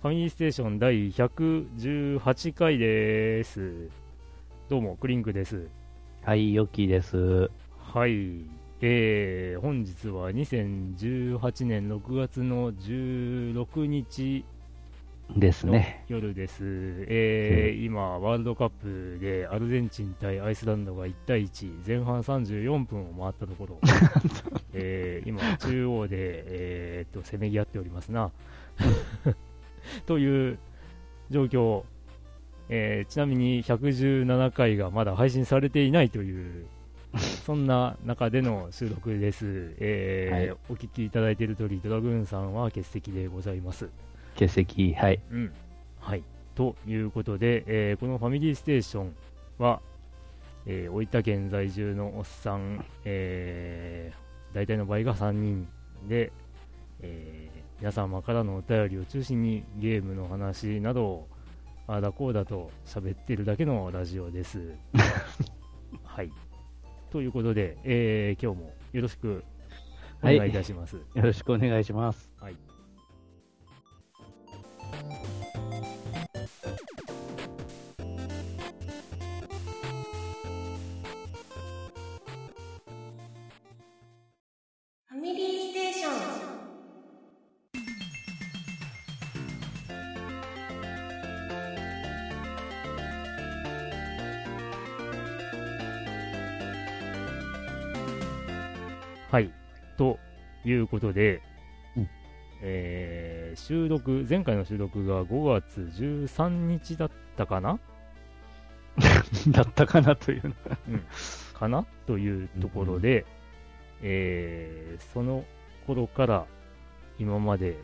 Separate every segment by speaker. Speaker 1: ファミリーステーション第118回です。どうも、クリンクです。
Speaker 2: はい、よきです。
Speaker 1: はい。えー、本日は2018年6月の16日
Speaker 2: です
Speaker 1: の
Speaker 2: ね。
Speaker 1: 夜です。えー今、ワールドカップでアルゼンチン対アイスランドが1対1、前半34分を回ったところ、えー今、中央で、えーっとせめぎ合っておりますな。という状況、えーちなみに117回がまだ配信されていないという。そんな中での収録です、えー
Speaker 2: は
Speaker 1: お聞きいただいている通りドラグーンさんは欠席でございます
Speaker 2: 欠席、はい。
Speaker 1: うん。はい。ということで、えーこのファミリーステーションは、えー大分県在住のおっさん、えー大体の場合が3人で、えー皆様からのお便りを中心にゲームの話などをあーだこうだと喋ってるだけのラジオです。はい。ということで、えー今日もよろしくお願いいたします。
Speaker 2: よろしくお願いし ます。
Speaker 3: ファミリーステーション。
Speaker 1: はい。ということで、
Speaker 2: うん
Speaker 1: えー収録、前回の収録が5月13日だったかな
Speaker 2: だったかなというのが。
Speaker 1: かなというところで、えーその頃から今まで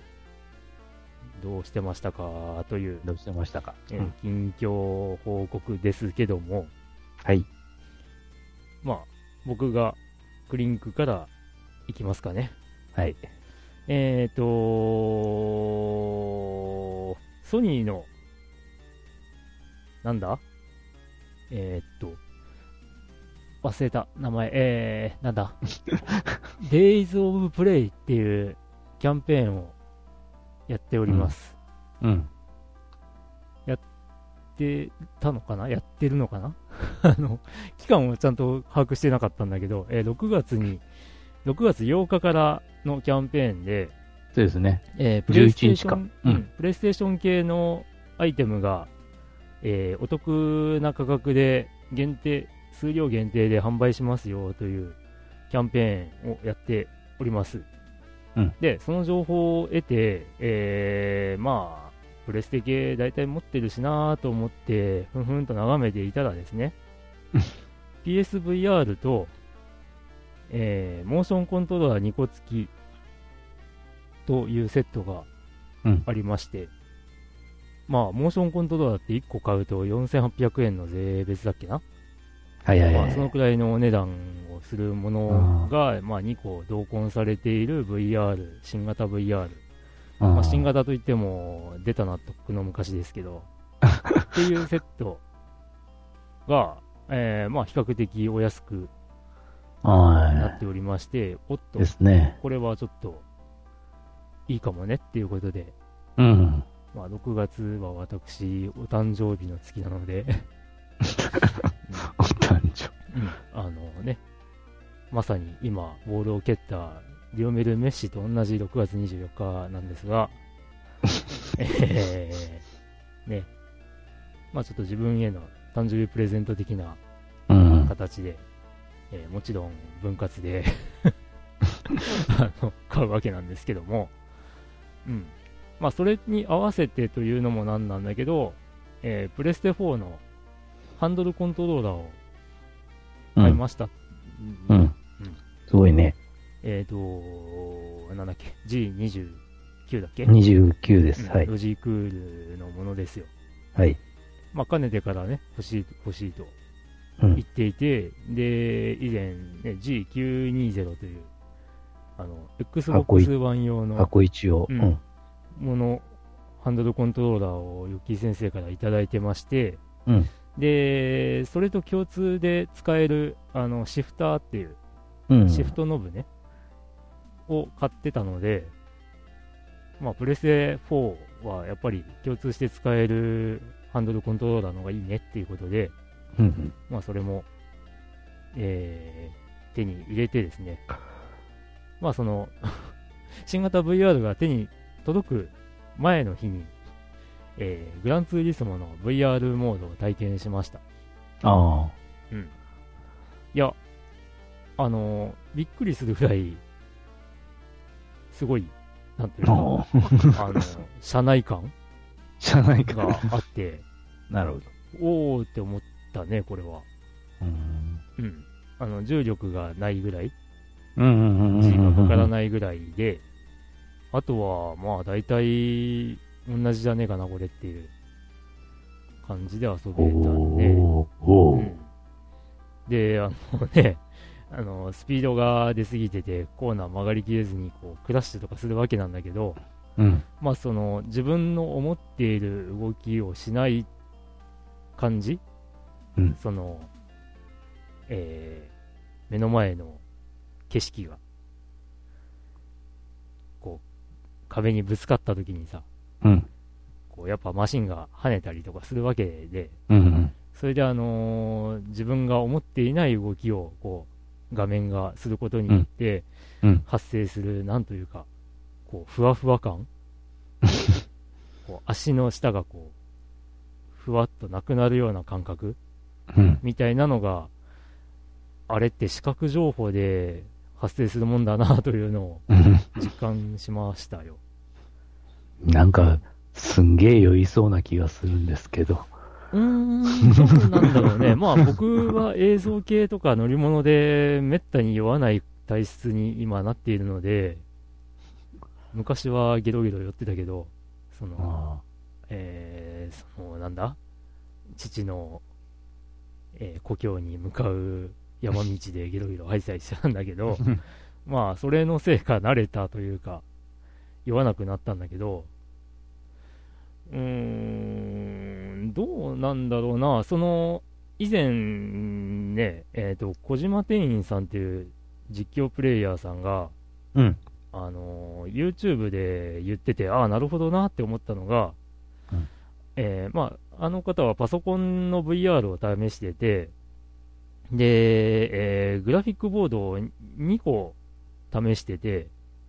Speaker 1: どうしてましたかという、
Speaker 2: どうしてましたか。
Speaker 1: えー
Speaker 2: うん
Speaker 1: 近況報告ですけども、
Speaker 2: はい。
Speaker 1: まあ、僕がクリンクから行きますかね。
Speaker 2: はい。
Speaker 1: えーとーソニーの、なんだえー、っと、忘れた、名前、えー、なん だ ?Days of Play っていうキャンペーンをやっております。
Speaker 2: うん。
Speaker 1: やってたのかなやってるのかな あの、期間をちゃんと把握してなかったんだけど、えー6月に、6月8日からのキャンペーンで、
Speaker 2: そうですね。
Speaker 1: えープレイステ
Speaker 2: 11
Speaker 1: ーシ
Speaker 2: 日
Speaker 1: ョ
Speaker 2: か
Speaker 1: ン、
Speaker 2: うん
Speaker 1: プレイステーション系のアイテムが、えーお得な価格で限定、数量限定で販売しますよというキャンペーンをやっております。
Speaker 2: うん
Speaker 1: で、その情報を得て、えーまあ、プレステ系大体持ってるしなーと思って、ふんふんと眺めていたらです ね、PSVR と、えーモーションコントローラー2個付きというセットが
Speaker 2: うん。
Speaker 1: ありまして、まあ、モーションコントローラーって1個買うと4800円の税別だっけな、
Speaker 2: はいはい
Speaker 1: ま
Speaker 2: は
Speaker 1: あ、
Speaker 2: い。
Speaker 1: そのくらいのお値段をするものが、まあ、2個同梱されている VR、新型 VR、
Speaker 2: うん
Speaker 1: まあ、新型といっても出たなとっくの昔ですけ ど、っていうセットが、えーまあ、比較的お安くな
Speaker 2: は
Speaker 1: っておりまして、おっ
Speaker 2: い。
Speaker 1: と
Speaker 2: で、すね。
Speaker 1: これはちょっといいかもねっていうことで、
Speaker 2: うん。
Speaker 1: まあ、6月は私、お誕生日の月なので、
Speaker 2: お誕生
Speaker 1: あのね、まさに今、ボールを蹴ったリオメル・メッシと同じ6月24日なんですが、えー、ね、まあちょっと自分への誕生日プレゼント的な
Speaker 2: 日。うん。
Speaker 1: 形で、えーもちろん分割で あの買うわけなんですけども、うんまあ、それに合わせてというのもなんなんだけど、えープレステ4のハンドルコントローラーを
Speaker 2: う
Speaker 1: 買い
Speaker 2: ん。
Speaker 1: ました、
Speaker 2: うん。すごいね。
Speaker 1: えっ、となんだっけ G29 だっけ、
Speaker 2: 29です。
Speaker 1: うん
Speaker 2: はい。
Speaker 1: ロジクールのものですよ
Speaker 2: はい。
Speaker 1: まあ、かねてからね、欲しい、欲しいと
Speaker 2: うん
Speaker 1: 行っていて、で、以前、ね、G920 という、あの、
Speaker 2: かっこい
Speaker 1: Xbox 版用の
Speaker 2: 箱一応。
Speaker 1: う
Speaker 2: うんん。
Speaker 1: もの、ハンドルコントローラーをヨッキー先生からいただいてまして、
Speaker 2: うん
Speaker 1: で、それと共通で使える、あの、シフターっていう、
Speaker 2: うん。
Speaker 1: シフトノブね、を買ってたので、まあ、プレステ4はやっぱり共通して使えるハンドルコントローラーの方がいいねっていうことで、
Speaker 2: うん。
Speaker 1: まあ、それも、えー手に入れてですね、まあ、その、 新型 VR が手に届く前の日に、えーグランツーリスモの VR モードを体験しました。
Speaker 2: あ
Speaker 1: いや、あのーびっくりするぐらい、すごい、なんていう
Speaker 2: あ。
Speaker 1: の、
Speaker 2: ああ。
Speaker 1: あのー車内感
Speaker 2: じゃないか。
Speaker 1: があって、
Speaker 2: なるほど。
Speaker 1: おーって思ったね、これは。
Speaker 2: うん。
Speaker 1: うん。あの、重力がないぐらい、
Speaker 2: うんうんうんうん
Speaker 1: 地
Speaker 2: うん。
Speaker 1: がかからないぐらいで、あとは、まあ、大体、同じじゃねえかな、これっていう感じで遊べたんで、
Speaker 2: おーお
Speaker 1: う
Speaker 2: ー
Speaker 1: んで、あのね、あのスピードが出過ぎてて、コーナー曲がりきれずにこうクラッシュとかするわけなんだけど、
Speaker 2: うん。
Speaker 1: まあ、その自分の思っている動きをしない感じ、
Speaker 2: うん
Speaker 1: そのえー目の前の景色がこう壁にぶつかった時にさ
Speaker 2: うん。
Speaker 1: こうやっぱマシンが跳ねたりとかするわけで、
Speaker 2: うんうん。
Speaker 1: それで、あのー自分が思っていない動きをこう画面がすることによって
Speaker 2: うんうん
Speaker 1: 発生する、なんというかこうふわふわ 感こう足の下がこうふわっとなくなるような感覚
Speaker 2: うん。
Speaker 1: みたいなのがあれって視覚情報で発生するもんだなというのを
Speaker 2: うん。
Speaker 1: 実感しましたよ。
Speaker 2: なんか、すんげえ酔いそうな気がするんですけど。
Speaker 1: うーん、どうなんだろうね。 まあ僕は映像系とか乗り物でめったに酔わない体質に今なっているので、昔はゲロゲロ酔ってたけど、その、
Speaker 2: あ
Speaker 1: えー、その、なんだ父の、えー故郷に向かう山道でゲロゲロハイサイしてたんだけど、まあそれのせいか慣れたというか、酔わなくなったんだけど、うーん、どうなんだろうな、その、以前ね、えっ、と、小島店員さんっていう実況プレイヤーさんが、
Speaker 2: あ。うん。
Speaker 1: あのー YouTube で言ってて、ああ、なるほどなって思ったのが、
Speaker 2: うん
Speaker 1: えーまあ、あの方はパソコンの VR を試してて、で、えーグラフィックボードを2個試してて、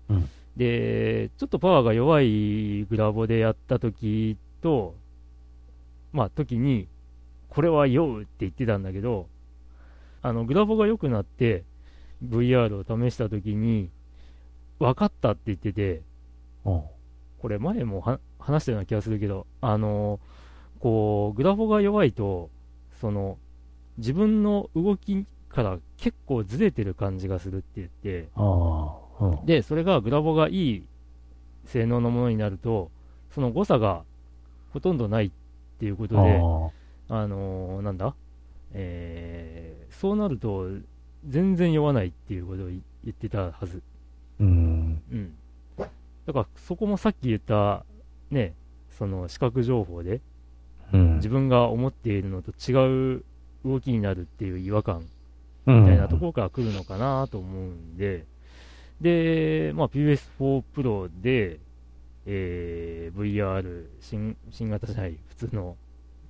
Speaker 2: うん
Speaker 1: で、ちょっとパワーが弱いグラボでやった時と、まあ、時に、これは酔うって言ってたんだけど、あの、グラボが良くなって、VR を試した時に、分かったって言ってて、
Speaker 2: おう
Speaker 1: これ前もは話したような気がするけど、あのーこう、グラボが弱いと、その、自分の動きから結構ずれてる感じがするって言って、
Speaker 2: ああ。うん
Speaker 1: で、それがグラボがいい性能のものになると、その誤差がほとんどないっていうことで、
Speaker 2: あ
Speaker 1: あのーなんだ、えーそうなると、全然酔わないっていうことを言言ってたはず。
Speaker 2: あ。うん。
Speaker 1: うん、だからそこもさっき言った、ね、その視覚情報で
Speaker 2: うん。
Speaker 1: 自分が思っているのと違う動きになるっていう違和感
Speaker 2: み
Speaker 1: みたいなところから来るのかなと思うんで、で、まあ、PS4 Pro で、えー VR 新、新型じゃない、普通の、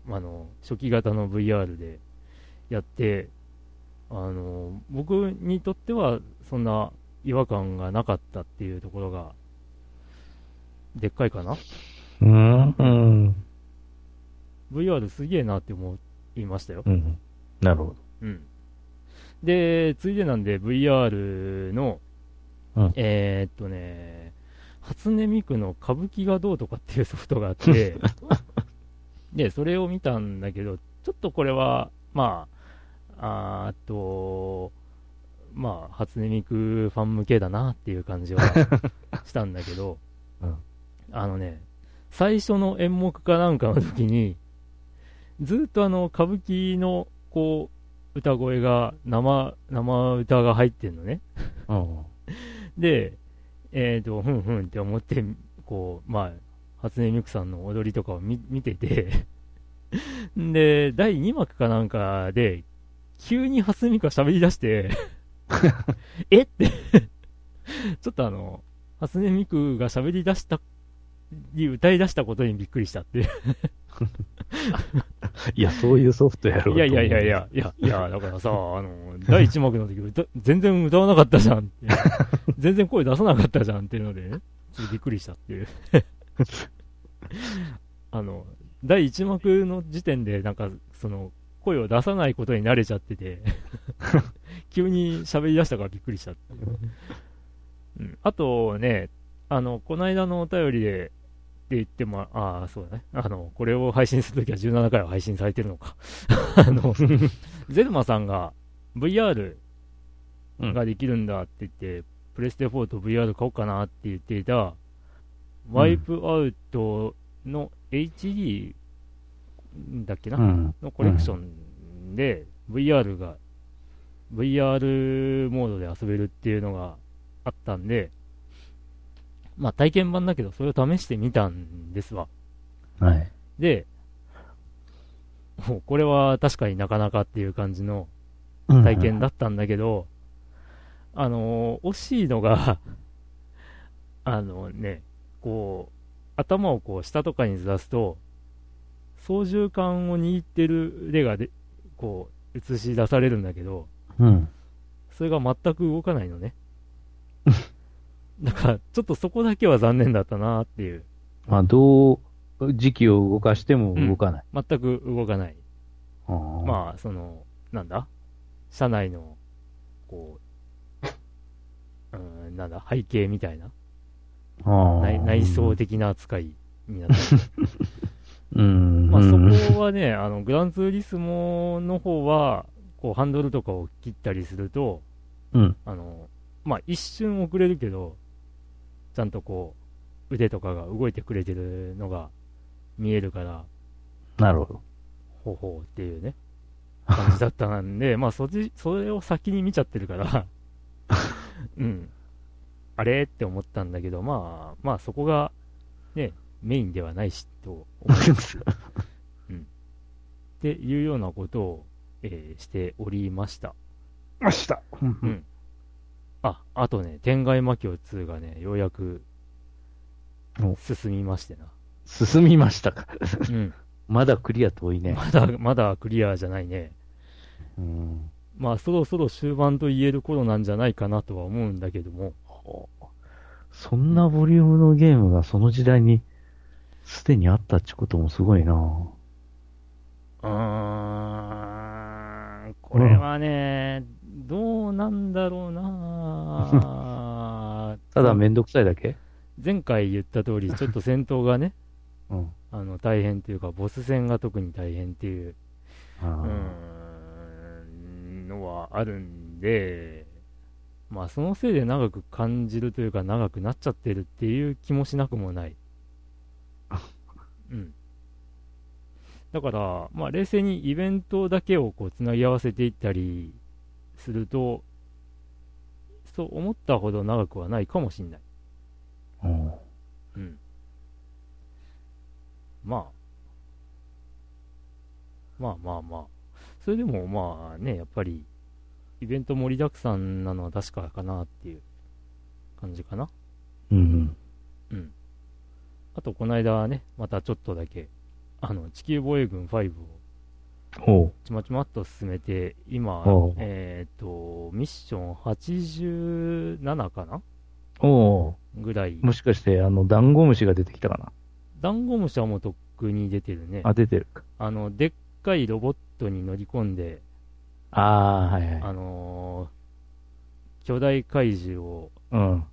Speaker 1: あの、初期型の VR でやって、あの、僕にとってはそんな違和感がなかったっていうところが、でっかいかな
Speaker 2: うん。うん。
Speaker 1: ?VR すげえなって思いましたよ。
Speaker 2: うん。なるほ
Speaker 1: うん、で、ついでなんで VR の、
Speaker 2: うん
Speaker 1: えーっとね、初音ミクの歌舞伎がどうとかっていうソフトがあって、 で、それを見たんだけど、ちょっとこれは、まあ、あーっと、まあ、初音ミクファン向けだなっていう感じ はしたんだけど、
Speaker 2: うん
Speaker 1: あのね、最初の演目かなんかの時に、ずーっとあの、歌舞伎の、こう、歌声が生、生歌が入ってんのね。
Speaker 2: うん。
Speaker 1: で、えっ、と、ふんふんって思って、こう、まあ、初音ミクさんの踊りとかを見見てて、 んで、第2幕かなんかで、急に初音ミクが喋り出して、えって、 ちょっとあの、初音ミクが喋り出した、に歌い出したことにびっくりしたっていう。
Speaker 2: いや、そういうソフトやろう
Speaker 1: いやいやいやい
Speaker 2: や。
Speaker 1: や、いや、いや、だからさ、あの、第1幕の時歌、全然歌わなかったじゃん って。全然声出さなかったじゃんっていうので、ちょっとびっくりしたって いう。あの、第1幕の時点で、なんか、その、声を出さないことに慣れちゃって て、急に喋り出したからびっくりしたっていう。うん、あとね、あの、この間のお便りで、って言っても、ああ、そうだね。あの、これを配信するときは17回は配信されてるのか。 あの、ゼルマさんが VR
Speaker 2: うん
Speaker 1: ができるんだって言って、プレステ4と VR 買おうかなって言っていた、ワイプアウトの HD だっけな、
Speaker 2: うん。
Speaker 1: のコレクションで VR が、VR モードで遊べるっていうのがあったんで、まあ体験版だけど、それを試してみたんですわ。
Speaker 2: はい。
Speaker 1: で、もうこれは確かになかなかっていう感じの、体験だったんだけど、あのー惜しいのが、 あのね、こう、頭をこう下とかにずらすと、操縦桿を握ってる腕がで、こう、映し出されるんだけど、
Speaker 2: うん。
Speaker 1: それが全く動かないのね。だから、ちょっとそこだけは残念だったなっていう。
Speaker 2: まあ、どう、時期を動かしても動かない。
Speaker 1: 全く動かない。
Speaker 2: ま
Speaker 1: まあ、その、なんだ車内の、こう、 うん、なんだ背景みたいな。
Speaker 2: あ
Speaker 1: 内内装。的な扱いになって る、
Speaker 2: うん。
Speaker 1: まあ、
Speaker 2: うん
Speaker 1: そこはね、あのグランツーリスモの方はこうハンドルとかを切ったりすると、
Speaker 2: うん
Speaker 1: あのまあ、一瞬遅れるけど、ちゃんとこう腕とかが動いてくれてるのが見えるから、
Speaker 2: なるほど。
Speaker 1: ほほうっていうね、感じだったんで、 まあそっち、それを先に見ちゃってる から、うん、あれって思ったんだけど、まあ、まあそこが、ね、メインではないし、と 思います。うん。っていうようなことを、えーしておりました。
Speaker 2: 明日。うん
Speaker 1: うんあ、あとね、天外魔境2がね、ようやく
Speaker 2: お、
Speaker 1: 進みまして な。
Speaker 2: 進みましたか。
Speaker 1: うん。
Speaker 2: まだクリア遠いね。
Speaker 1: まだ、まだクリアじゃないね。
Speaker 2: うん。
Speaker 1: まあそろそろ終盤と言える頃なんじゃないかなとは思うんだけども、
Speaker 2: そんなボリュームのゲームがその時代に、すでにあったってこともすごいな
Speaker 1: うーん、これはね、どうなんだろうな
Speaker 2: ただめんどくさいだけ
Speaker 1: 前回言った通り、ちょっと戦闘 がね、
Speaker 2: うん。
Speaker 1: あの大変というか、ボス戦が特に大変っていう、
Speaker 2: あ
Speaker 1: うー
Speaker 2: ー
Speaker 1: ん、のはあるんで、まあそのせいで長く感じるというか、長くなっちゃってるっていう気もしなくもない。うん。だから、まあ冷静にイベントだけをこうつなぎ合わせていったりすると、そう思ったほど長くはないかもしんない。
Speaker 2: うん。
Speaker 1: うん。まあ、まあまあまあ、それでもまあね、やっぱり、イベント盛りだくさんなのは確かかなっていう感じかな。
Speaker 2: うん。
Speaker 1: うん。あと、この間はね、またちょっとだけ、あの、地球防衛軍5を
Speaker 2: おう。
Speaker 1: ちまちまっと進めて、今
Speaker 2: おう、
Speaker 1: えっ、と、ミッション87かな
Speaker 2: お。。
Speaker 1: ぐらいう
Speaker 2: もしかして、あの、ダンゴムシが出てきたかな
Speaker 1: ダンゴムシはもうとっくに出てるね。
Speaker 2: あ、出てるか。
Speaker 1: あの、でっかいロボットに乗り込んで、
Speaker 2: ああ、はいはい。
Speaker 1: あのー巨大怪獣を
Speaker 2: うん。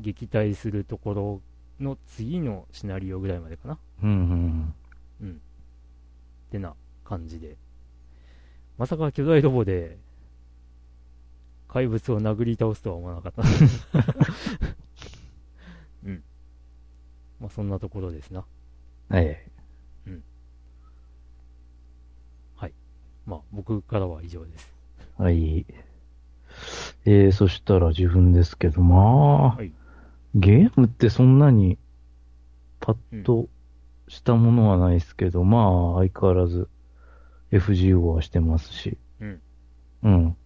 Speaker 1: 撃退するところの次のシナリオぐらいまでかなっ
Speaker 2: うんうん
Speaker 1: てな感じで。まさか巨大ロボで、怪物を殴り倒すとは思わなか った。うん。まあ、そんなところですな。
Speaker 2: うん。はいはい。
Speaker 1: まあ、僕からは以上です。
Speaker 2: はい。えー、そしたら自分ですけど、まあ、
Speaker 1: はい
Speaker 2: ゲームってそんなにパッとしたものはないですけど、まあ、相変わらず FGO はしてますし、
Speaker 1: うん。
Speaker 2: うん。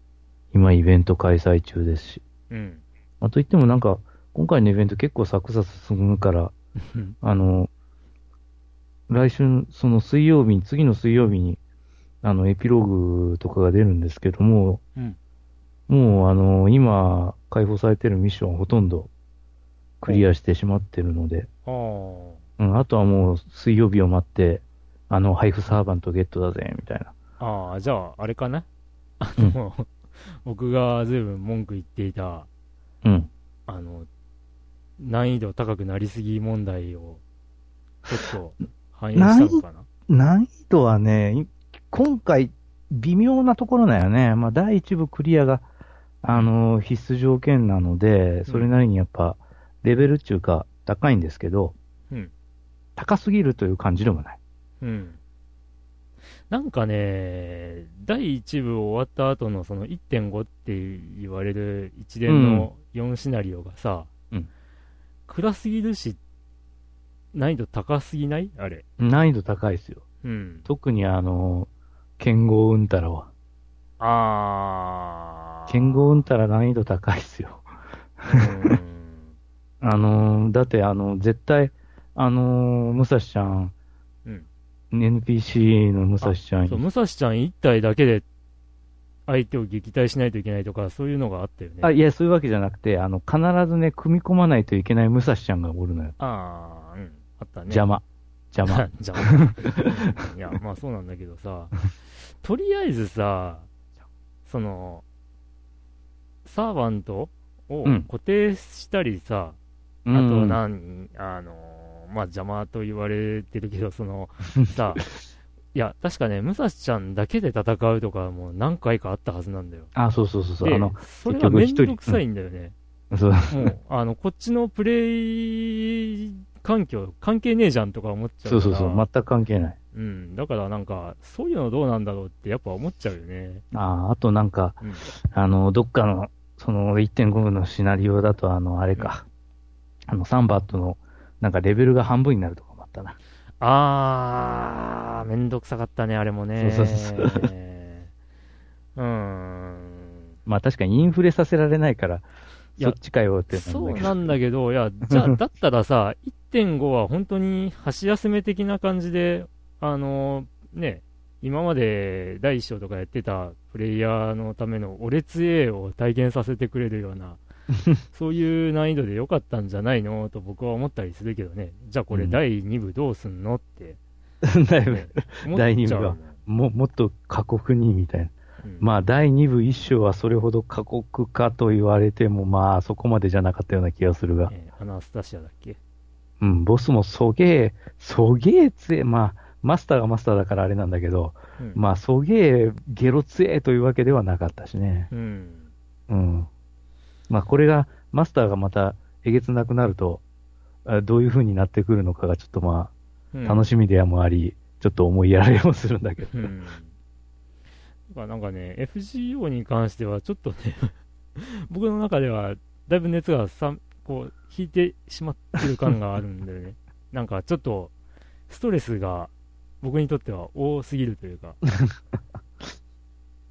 Speaker 2: 今イベント開催中ですし。
Speaker 1: うん。
Speaker 2: まあ、といってもなんか、今回のイベント結構サクサク進むから、
Speaker 1: うん
Speaker 2: あの、来週、その水曜日に、次の水曜日に、あの、エピローグとかが出るんですけども、
Speaker 1: うん
Speaker 2: もう、あの、今、解放されてるミッションはほとんどクリアしてしまってるので、
Speaker 1: あー
Speaker 2: うん、あとはもう、水曜日を待って、あの、配布サーバントゲットだぜ、みたいな。
Speaker 1: あー、じゃあ、あれかなあの、僕がずいぶん文句言っていた、
Speaker 2: うん。
Speaker 1: あの、難易度高くなりすぎ問題を、ちょっ と反映したのかな
Speaker 2: 難易度はね、い今回、微妙なところだよね。まあ、第一部クリアが、あのー必須条件なので、それなりにやっぱ、レベルっていうか、高いんですけど、
Speaker 1: うん
Speaker 2: 高すぎるという感じでもない。
Speaker 1: うん。なんかね、第1部終わった後のその1.5って言われる一連の4シナリオがさ、
Speaker 2: うん
Speaker 1: 暗すぎるし、難易度高すぎないあれ。
Speaker 2: 難易度高いですよ。
Speaker 1: うん。
Speaker 2: 特にあのー、剣豪うんたらは。
Speaker 1: あー。
Speaker 2: 剣豪うんたら難易度高いですよ。
Speaker 1: うん
Speaker 2: あのーだってあの、絶対、あのー武蔵ちゃん、
Speaker 1: うん。
Speaker 2: NPC の武蔵ちゃん
Speaker 1: そう、武蔵ちゃん1体だけで相手を撃退しないといけないとか、そういうのがあったよね。
Speaker 2: あ、いや、そういうわけじゃなくて、あの、必ずね、組み込まないといけない武蔵ちゃんがおるのよ。
Speaker 1: あー、うん。あったね。
Speaker 2: 邪魔。邪魔。
Speaker 1: 邪魔。い や、まあそうなんだけどさ、とりあえずさ、その、サーバントを
Speaker 2: うん
Speaker 1: 固定したりさ、
Speaker 2: あと
Speaker 1: あと何、あの、まあ邪魔と言われてるけど、その、 さ、いや、確かね、武蔵ちゃんだけで戦うとか、もう何回かあったはずなんだよ。
Speaker 2: あ、そうそうそうそう。
Speaker 1: で
Speaker 2: あの、
Speaker 1: それはめ
Speaker 2: 結
Speaker 1: ん
Speaker 2: 局一人
Speaker 1: どくさいんだよね。
Speaker 2: そう。
Speaker 1: もう、あの、こっちのプレイ環境、関係ねえじゃんとか思っちゃう
Speaker 2: そ
Speaker 1: から。
Speaker 2: うそうそう。全く関係ない。
Speaker 1: うん、だからなんか、そういうのどうなんだろうってやっぱ思っちゃうよね。
Speaker 2: あ、あとなんか、
Speaker 1: うん
Speaker 2: あの、どっかの、その1.5部のシナリオだと、あの、あれか。あの、サンバットの、なんかレベルが半分になるとかもあったな。
Speaker 1: あー、めんどくさかったね、あれもね。
Speaker 2: そうそうそうそう
Speaker 1: うーん。
Speaker 2: まあ確かにインフレさせられないから、
Speaker 1: い
Speaker 2: そ
Speaker 1: や
Speaker 2: っちかよってなる
Speaker 1: そうん
Speaker 2: だけ
Speaker 1: な
Speaker 2: ど。
Speaker 1: んだけど、いや、じゃ あ、だったらさ、1.5は本当に箸休め的な感じで、あのね、今まで第一章とかやってたプレイヤーのためのオレツ A を体験させてくれるよう な、そういう難易度で良かったんじゃないのと僕は思ったりするけどね、じゃあこれ
Speaker 2: うん
Speaker 1: 第2部どうすんのって、
Speaker 2: だい
Speaker 1: ね
Speaker 2: ぶ、
Speaker 1: 思っ
Speaker 2: 第二
Speaker 1: ちゃ
Speaker 2: 部
Speaker 1: う
Speaker 2: は
Speaker 1: もん。
Speaker 2: も、もっと過酷に、みたいな。
Speaker 1: うん
Speaker 2: まあ、第2部1章はそれほど過酷かと言われても、まあ、そこまでじゃなかったような気がするが、
Speaker 1: えーアナスタシアだっけ
Speaker 2: うん、ボスもそげえ、そげえつえ、まあ、マスターがマスターだからあれなんだけど、
Speaker 1: うん
Speaker 2: まあ、そげえ、ゲロつえというわけではなかったしね。
Speaker 1: うん。
Speaker 2: うん。まあ、これが、マスターがまた、えげつなくなると、あどういう風になってくるのかが、ちょっとま
Speaker 1: う
Speaker 2: あ、
Speaker 1: ん
Speaker 2: 楽しみでもあり、ちょっと思いやられもするんだけど。
Speaker 1: うん。だからなんかね、FGO に関しては、ちょっとね、 僕の中では、だいぶ熱がさこう引いてしまってる感があるんだよね。なんかちょっと、ストレスが僕にとっては多すぎるというか、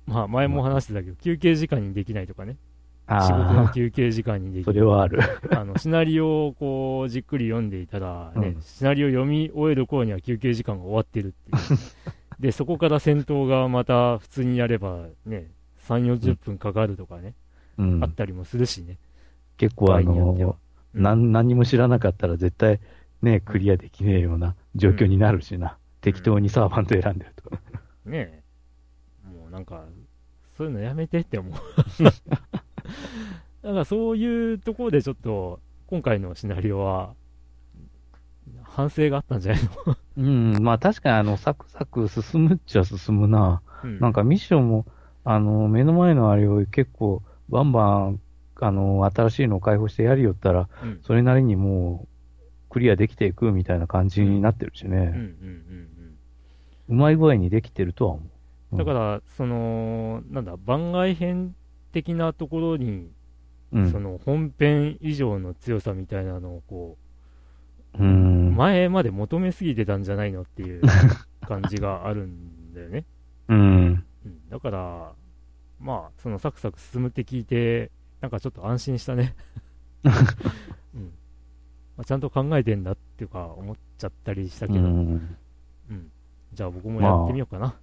Speaker 1: まあ前も話してたけど、休憩時間にできないとかね、仕事の
Speaker 2: ああ、
Speaker 1: 休憩時間にでき
Speaker 2: そ
Speaker 1: ない
Speaker 2: れはある。
Speaker 1: あのシナリオをこうじっくり読んでいたら、ね
Speaker 2: うん
Speaker 1: シナリオ読み終える頃には休憩時間が終わってるってい う、でそこから戦闘がまた普通にやれば、ね、3、40分かかるとかね、
Speaker 2: う
Speaker 1: あ
Speaker 2: ん
Speaker 1: っ。たりもするしね、
Speaker 2: 結構あ
Speaker 1: 場合によって
Speaker 2: の
Speaker 1: は、うん
Speaker 2: なん何も知らなかったら絶対ね、クリアできねえような状況になるしな。適当にサーバント選んでると。
Speaker 1: ねえもうなんか、そういうのやめて って思う。だからそういうところでちょっと、今回のシナリオは、反省があったんじゃないの、
Speaker 2: うん、まあ確かにあの、サクサク進むっちゃ進むな。
Speaker 1: うん
Speaker 2: なんかミッションも、あの、目の前のあれを結構、バンバン、あの、新しいのを開放してやりよったら、
Speaker 1: うん
Speaker 2: それなりにもう、クリアできていくみたいな感じになってるし
Speaker 1: うんうん
Speaker 2: ね。
Speaker 1: うんうん
Speaker 2: うまい具合にできてるとは思う。うん
Speaker 1: だから、その、なんだ、番外編的なところに、
Speaker 2: うん
Speaker 1: その本編以上の強さみたいなのを、こ
Speaker 2: う
Speaker 1: う、
Speaker 2: ん。
Speaker 1: 前まで求めすぎてたんじゃないのって いう感じがあるんだよね。
Speaker 2: うん。
Speaker 1: うん、だから、まあ、そのサクサク進むって聞いて、なんかちょっと安心した ね。うんまあ、ちゃんと考えてんだっていうか、思っちゃったりしたけど、
Speaker 2: う
Speaker 1: うん
Speaker 2: ん。
Speaker 1: じゃあ僕もやってみようかな。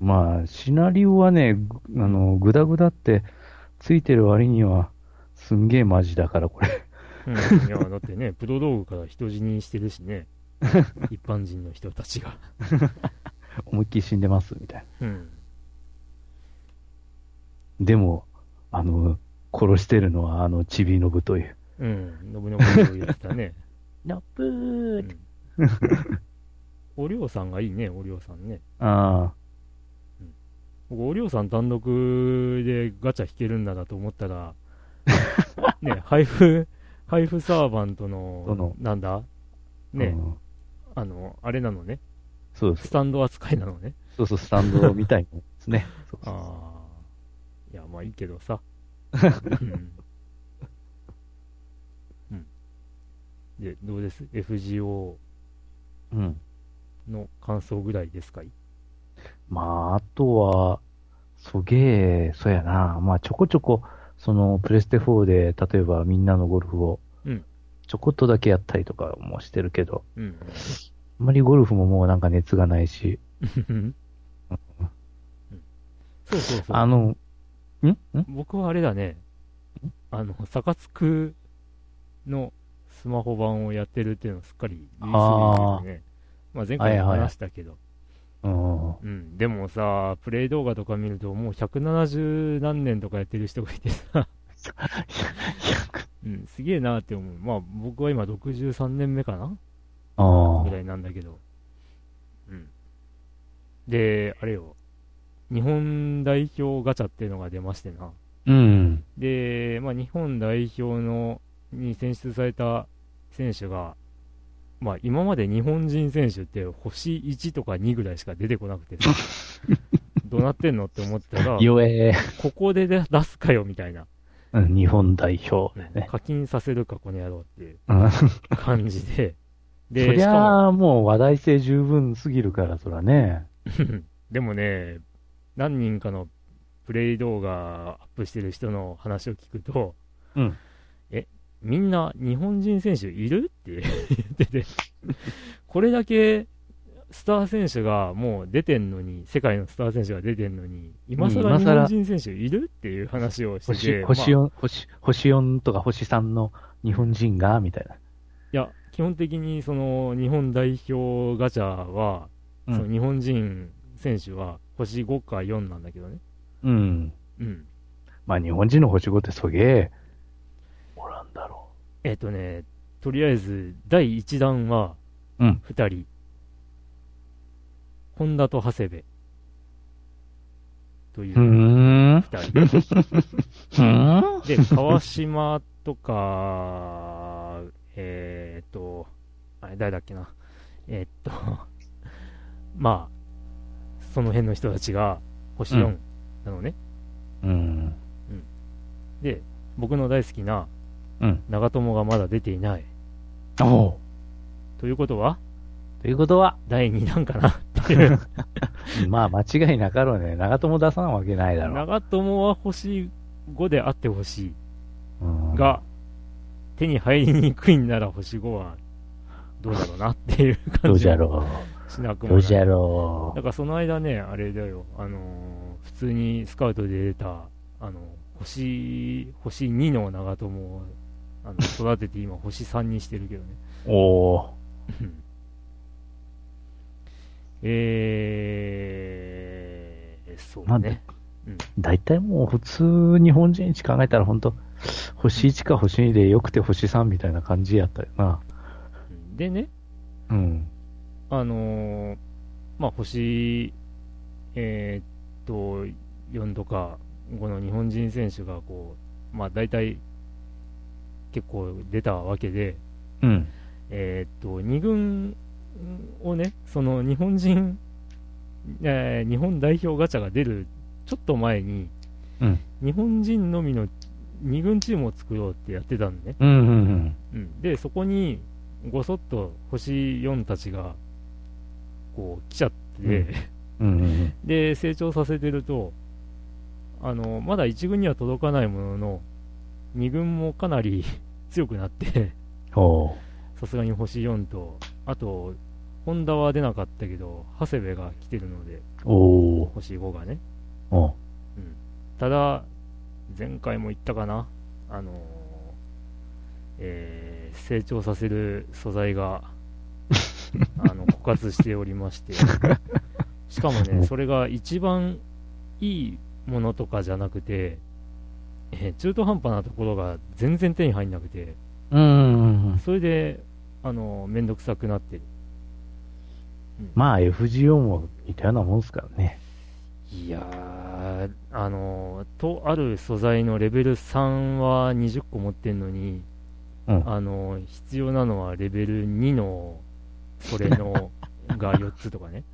Speaker 2: まあ、シナリオはね、ぐあの、グダグダってついてる割には、すんげえマジだから、これ。
Speaker 1: うん、いや、だってね、プロ道具から人死にしてるし ね、一般人の人たちが。
Speaker 2: 思いっきり死んでます、みたいな。
Speaker 1: うん、
Speaker 2: でも、あの、殺してるのは、あの、ちびのぶという。
Speaker 1: うん、信長のこと言ってた ね。
Speaker 2: ラップー
Speaker 1: うん、おりょうさんがいいね、おりょうさんね。
Speaker 2: ああ、
Speaker 1: 僕、おりょうさん単独でガチャ引けるんだなと思った ら、ね、配布、配布サーバント
Speaker 2: そ
Speaker 1: の
Speaker 2: の、
Speaker 1: なんだね、
Speaker 2: うん
Speaker 1: あの、あれなのね、
Speaker 2: そうです
Speaker 1: ス。タンド扱いなのね。
Speaker 2: そうそう、スタンドみたいなもんですね。そうそうそう
Speaker 1: ああ。いや、まあいいけど さ。うん。うんで、どうです ?FGO
Speaker 2: うん。
Speaker 1: の感想ぐらいですかい
Speaker 2: まあ、あとは、そげえ、そうやな。まあ、ちょこちょこ、その、プレステ4で、例えばみんなのゴルフを
Speaker 1: うん、
Speaker 2: ちょこっとだけやったりとかもしてるけど、
Speaker 1: うん。
Speaker 2: あんまりゴルフももうなんか熱がないし、
Speaker 1: うんそうそうそ
Speaker 2: あ
Speaker 1: う。
Speaker 2: の、んん
Speaker 1: 僕はあれだね、あの、サカツクのスマホ版をやってるっていうのをすっかりリリースできてね。まあ前回も話したけど。
Speaker 2: うん。
Speaker 1: うん、でもさ、プレイ動画とか見ると、もう170何年とかやってる人がいてさ、うん、すげえなって思う。まあ、僕は今63年目かな
Speaker 2: あ
Speaker 1: ぐらいなんだけど。うん。で、あれよ、日本代表ガチャっていうのが出ましてな。
Speaker 2: あ。うん。
Speaker 1: で、まあ、日本代表のに選出された選手が、まあ、今まで日本人選手って星1とか2ぐらいしか出てこなく てさどうなってんのって思ったら、
Speaker 2: よえ
Speaker 1: ここで出出すかよみたいな、
Speaker 2: ー、うん日本代表だよね。
Speaker 1: 課金させるか、この野郎っていう
Speaker 2: うん
Speaker 1: 感じで、
Speaker 2: そ
Speaker 1: で
Speaker 2: り
Speaker 1: しかも
Speaker 2: ゃあ、もう話題性十分すぎるから、そらね。
Speaker 1: でもね、何人かのプレイ動画アップしてる人の話を聞くと、
Speaker 2: うん
Speaker 1: え、みんな日本人選手いるって 言ってて、これだけスター選手がもう出てんのに、世界のスター選手が出てんのに、今
Speaker 2: うん
Speaker 1: 更
Speaker 2: 今
Speaker 1: 日
Speaker 2: 更
Speaker 1: 本人選手いるっていう話をして
Speaker 2: 星
Speaker 1: て、
Speaker 2: 星
Speaker 1: まあ
Speaker 2: 4、星星4とか星3の日本人が、みたいな。
Speaker 1: いや、基本的にその日本代表ガチャは、
Speaker 2: うん
Speaker 1: その日本人選手は星5か4なんだけどね。
Speaker 2: うん。
Speaker 1: うん
Speaker 2: まあ日本人の星5ってそげえ、おらんだろ
Speaker 1: えっ、とね、とりあえず、第1弾は、
Speaker 2: うん
Speaker 1: 2人。本田と長谷部。という
Speaker 2: う。
Speaker 1: う、
Speaker 2: ん。
Speaker 1: 2人。
Speaker 2: うん
Speaker 1: で、川島とか、えっ、と、あれ、誰だっけな。えっ、と、まあ、その辺の人たちが、星
Speaker 2: う
Speaker 1: 4
Speaker 2: ん
Speaker 1: なのね。
Speaker 2: うん。
Speaker 1: で、僕の大好きな
Speaker 2: うん、
Speaker 1: 長友がまだ出ていない。
Speaker 2: おう
Speaker 1: ということは、
Speaker 2: ということは、
Speaker 1: 第2弾かな っていう。
Speaker 2: まあ間違いなかろうね。長友出さんわけないだろう。
Speaker 1: 長友は星5であってほし
Speaker 2: うん
Speaker 1: いが、手に入りにくいんなら星5はどうだろうなっていう
Speaker 2: ど
Speaker 1: 感
Speaker 2: う
Speaker 1: じ
Speaker 2: じゃ
Speaker 1: が
Speaker 2: ろ
Speaker 1: しなく
Speaker 2: う。
Speaker 1: もな
Speaker 2: どう
Speaker 1: い
Speaker 2: じゃ
Speaker 1: だ
Speaker 2: ろう。
Speaker 1: からその間ね、あれだよ、あのー普通にスカウトで出た、あの星星2の長友をあの育てて今星3にしてるけどね。
Speaker 2: おー
Speaker 1: うんえー、そう
Speaker 2: なんで
Speaker 1: ね。、
Speaker 2: 大体もう普通日本人一考えたら本当星1か星2でよくて星3みたいな感じやったよな。
Speaker 1: でね、
Speaker 2: うん。
Speaker 1: あのーまあ、星、えーっと、4とか5の日本人選手がこう、まあ、大体結構出たわけで、
Speaker 2: うん。
Speaker 1: えーっと、2軍をね、その日本人えー日本代表ガチャが出るちょっと前に、
Speaker 2: うん
Speaker 1: 日本人のみの2軍チームを作ろうってやってたんね、
Speaker 2: うんうん
Speaker 1: うん、でそこにごそっと星4たちがこう来ちゃって、
Speaker 2: うんうん。うんうん
Speaker 1: で成長させてるとあのまだ1軍には届かないものの2軍もかなり 強くなって
Speaker 2: ほ
Speaker 1: さすがに星4とあとホンダは出なかったけど長谷部が来てるので
Speaker 2: う。おー
Speaker 1: 星5がね
Speaker 2: おー。
Speaker 1: ただ前回も言ったかなあのーえー成長させる素材があの枯渇しておりましてしかも
Speaker 2: お
Speaker 1: ねそれが一番いいものとかじゃなくて、えー中途半端なところが全然手に入んなくて
Speaker 2: うんうんうん。
Speaker 1: それであのーめんどくさくなってる
Speaker 2: まあ FGO も似たようなもんですからね。
Speaker 1: いやー、あのーとある素材のレベル3は20個持ってんのに、
Speaker 2: うん
Speaker 1: あのー必要なのはレベル2のそれ のが4つとかね、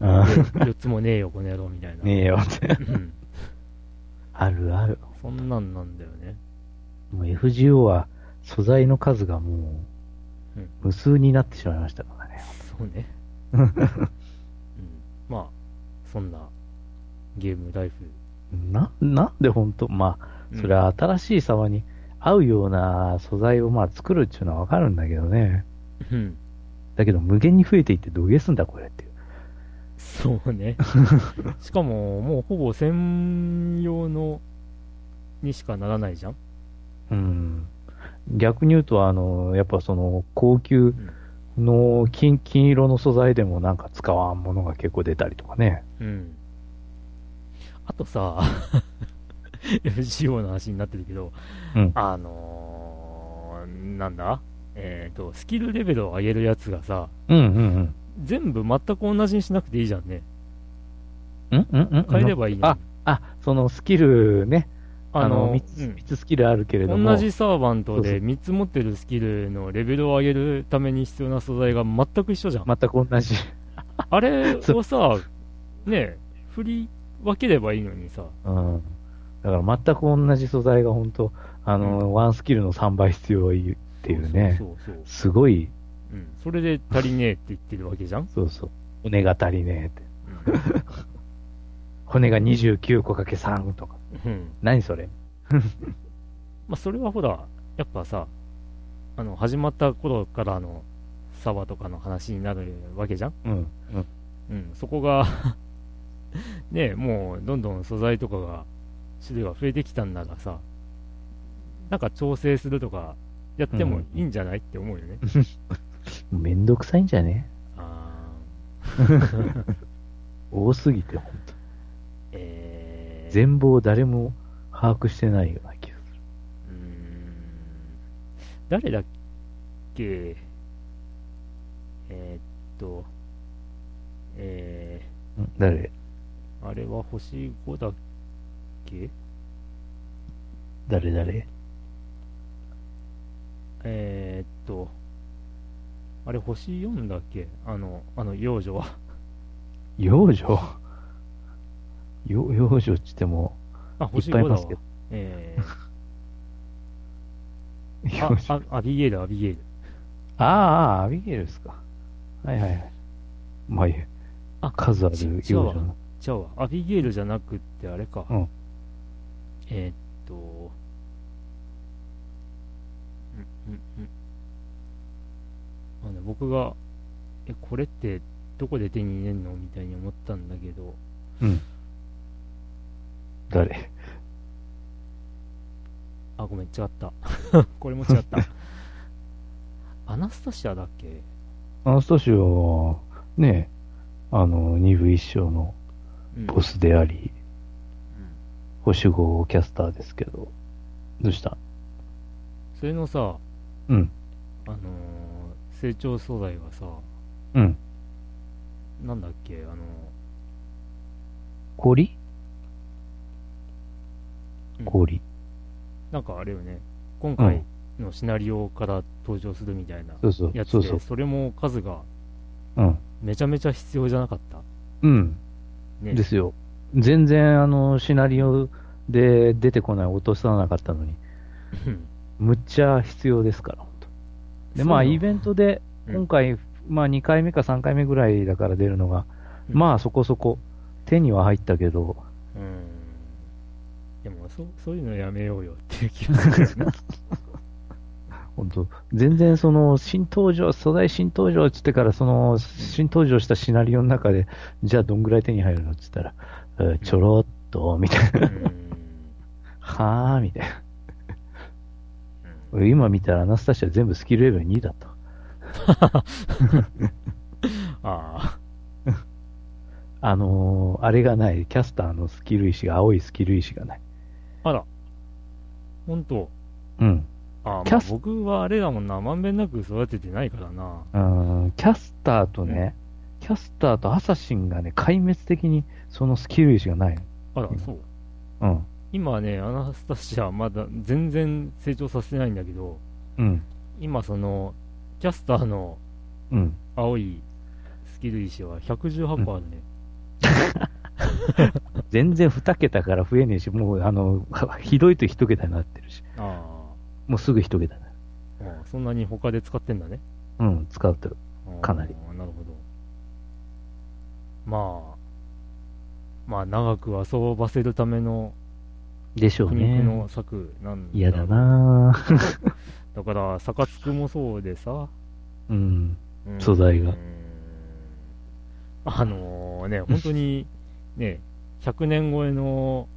Speaker 2: う
Speaker 1: で
Speaker 2: ん。
Speaker 1: 4つもねえよ、この野郎みたいな、
Speaker 2: ねえよって。
Speaker 1: うん
Speaker 2: あるある。
Speaker 1: そんなんなんだよね、
Speaker 2: もう FGO は素材の数がもう
Speaker 1: うん、
Speaker 2: 無数になってしまいましたからね。
Speaker 1: そう ね、うん、まあ、そんなゲームライフ、
Speaker 2: な、なんで本当まあ、
Speaker 1: うん
Speaker 2: それは新しい様に合うような素材をまあ作るっていうのはわかるんだけどね。
Speaker 1: うん
Speaker 2: だけど無限に増えていってどうげすんだこれっていう。
Speaker 1: そう ね。しかも、もうほぼ専用のにしかならないじゃん。
Speaker 2: うん。逆に言うと、あの、やっぱその高級の金金色の素材でもなんか使わんものが結構出たりとかね。
Speaker 1: うん。あとさ、FGO の話になってるけど、
Speaker 2: うん
Speaker 1: あのー、なんだえっ、と、スキルレベルを上げるやつがさ、
Speaker 2: うんうん
Speaker 1: 全部全く同じにしなくていいじゃんね。
Speaker 2: うん。うんうんうん。
Speaker 1: 変えればいいのに
Speaker 2: あ、あ、そのスキルね。あの、
Speaker 1: ー
Speaker 2: 3つ、三つスキルあるけれど
Speaker 1: うん
Speaker 2: も。
Speaker 1: 同じサーバント
Speaker 2: そうそ
Speaker 1: で
Speaker 2: う
Speaker 1: 3つ持ってるスキルのレベルを上げるために必要な素材が全く一緒じゃん。
Speaker 2: 全く同じ。
Speaker 1: あれ
Speaker 2: そ
Speaker 1: をさ、ねえ、振り分ければいいのにさ、
Speaker 2: うん。だから全く同じ素材が本当あの、ワンスキルの3倍必要っていうね。
Speaker 1: そうそうそう
Speaker 2: すごい、
Speaker 1: うん、それで足りねえって言ってるわけじゃん。
Speaker 2: そうそう。骨が足りねえって。
Speaker 1: う
Speaker 2: 骨が29個かけ3とか。
Speaker 1: ん、うん
Speaker 2: 何それ
Speaker 1: まあ、それはほら、やっぱさ、あの始まった頃からのサバとかの話になるわけじゃん。
Speaker 2: うん。うん。
Speaker 1: うん、そこが、 ねえ、もうどんどん素材とかが、種類が増えてきたんならさ、なんか調整するとか、やってもいいんじゃないって思うよね。
Speaker 2: めんどくさいんじゃね
Speaker 1: あー
Speaker 2: 多すぎて、本当
Speaker 1: えー
Speaker 2: 全貌を誰も把握してないような気がする。
Speaker 1: うーん誰だっけえーっと、え
Speaker 2: うん誰
Speaker 1: ー、あれは星5だっけ
Speaker 2: 誰誰
Speaker 1: えーっと、あれ星4だっけあの、あの、幼女は。
Speaker 2: 幼女よ幼女って言っても、
Speaker 1: あ、
Speaker 2: いっ
Speaker 1: 星
Speaker 2: ぱいい
Speaker 1: 5だわ
Speaker 2: ますけど。。
Speaker 1: えー、
Speaker 2: 幼
Speaker 1: あ
Speaker 2: 女。
Speaker 1: あ、アビゲイル、アビゲイル。
Speaker 2: ああ、アビゲイルですか。はいはいはい。まあいいえ。
Speaker 1: あ
Speaker 2: 数ある
Speaker 1: ち違う
Speaker 2: 幼
Speaker 1: わ
Speaker 2: 女の。
Speaker 1: ちゃうわ、アビゲイルじゃなくって、あれか。
Speaker 2: うん
Speaker 1: えーっと、うんうんうんあの僕が、え、これってどこで手に入れんのみたいに思ったんだけど、
Speaker 2: うん。誰
Speaker 1: あ、ごめん、違った。 これも違った。 アナスタシアだっけ
Speaker 2: アナスタシオは、ね、あの、二部一章の
Speaker 1: うん
Speaker 2: ボスであり、星5キャスターですけど、どうした
Speaker 1: それのさ、
Speaker 2: うん、
Speaker 1: あのー成長素材がさ、
Speaker 2: うん。
Speaker 1: なんだっけ、あの
Speaker 2: 氷
Speaker 1: うん
Speaker 2: 氷。
Speaker 1: なんかあれよね、今
Speaker 2: う
Speaker 1: 回
Speaker 2: ん
Speaker 1: のシナリオから登場するみたいな
Speaker 2: そうそう
Speaker 1: や、つで、
Speaker 2: そうそう。
Speaker 1: それも数が
Speaker 2: うん。
Speaker 1: めちゃめちゃ必要じゃなかった。
Speaker 2: うん。
Speaker 1: ね
Speaker 2: ですよ。全然、あの、シナリオで出てこない、落とさなかったのに、
Speaker 1: うん
Speaker 2: むっちゃ必要ですから、本当
Speaker 1: そ
Speaker 2: で、
Speaker 1: う
Speaker 2: まあ、
Speaker 1: なの
Speaker 2: イベントで、
Speaker 1: うん
Speaker 2: 今回、まあ、2回目か3回目ぐらいだから出るのが、
Speaker 1: うん
Speaker 2: まあ、そこそこ、手には入ったけど、
Speaker 1: うんでもそうそういうのやめようよっていう気がするよね
Speaker 2: 本当全然その新登場、素材新登場って言ってから、その新登場したシナリオの中で、じゃあどんぐらい手に入るのって言ったら、えーちょろっと、みたいな、
Speaker 1: うん
Speaker 2: はぁ、みたいな。
Speaker 1: うん
Speaker 2: 俺今見たらアナスタシア全部スキルレベル2だった。
Speaker 1: あ
Speaker 2: あのーあれがない、キャスターのスキル石が、青いスキル石がない。
Speaker 1: ああら本当
Speaker 2: うん。
Speaker 1: あー
Speaker 2: キ
Speaker 1: ま
Speaker 2: ャ
Speaker 1: あ
Speaker 2: ス
Speaker 1: 僕はあれだもんなまんべんなく育ててないからな
Speaker 2: うーんキャスターとね、キャスターとアサシンがね、壊滅的にそのスキル石がない
Speaker 1: あら
Speaker 2: うん
Speaker 1: そう
Speaker 2: の。
Speaker 1: 今ねアナスタシアまだ全然成長させてないんだけど
Speaker 2: うん。うん。
Speaker 1: 今そのキャスターの
Speaker 2: うん。
Speaker 1: 青いスキル石は118個あるね、
Speaker 2: 全然2桁から増えねえし、もう、あの、ひどいと1桁になってるし、
Speaker 1: あ
Speaker 2: もうすぐ1桁になる。
Speaker 1: ーあーそんなに他で使ってんだね
Speaker 2: うん、使ってる。
Speaker 1: あー
Speaker 2: かなり
Speaker 1: なるほどまあまあ長く遊ばせるための
Speaker 2: でしょう
Speaker 1: 苦肉
Speaker 2: ね。
Speaker 1: の策なん
Speaker 2: 嫌だ
Speaker 1: ろう
Speaker 2: なぁ
Speaker 1: だからサカツクもそうでさ、
Speaker 2: うん。
Speaker 1: うん
Speaker 2: 素材が
Speaker 1: うんあのね本当にね100年超えの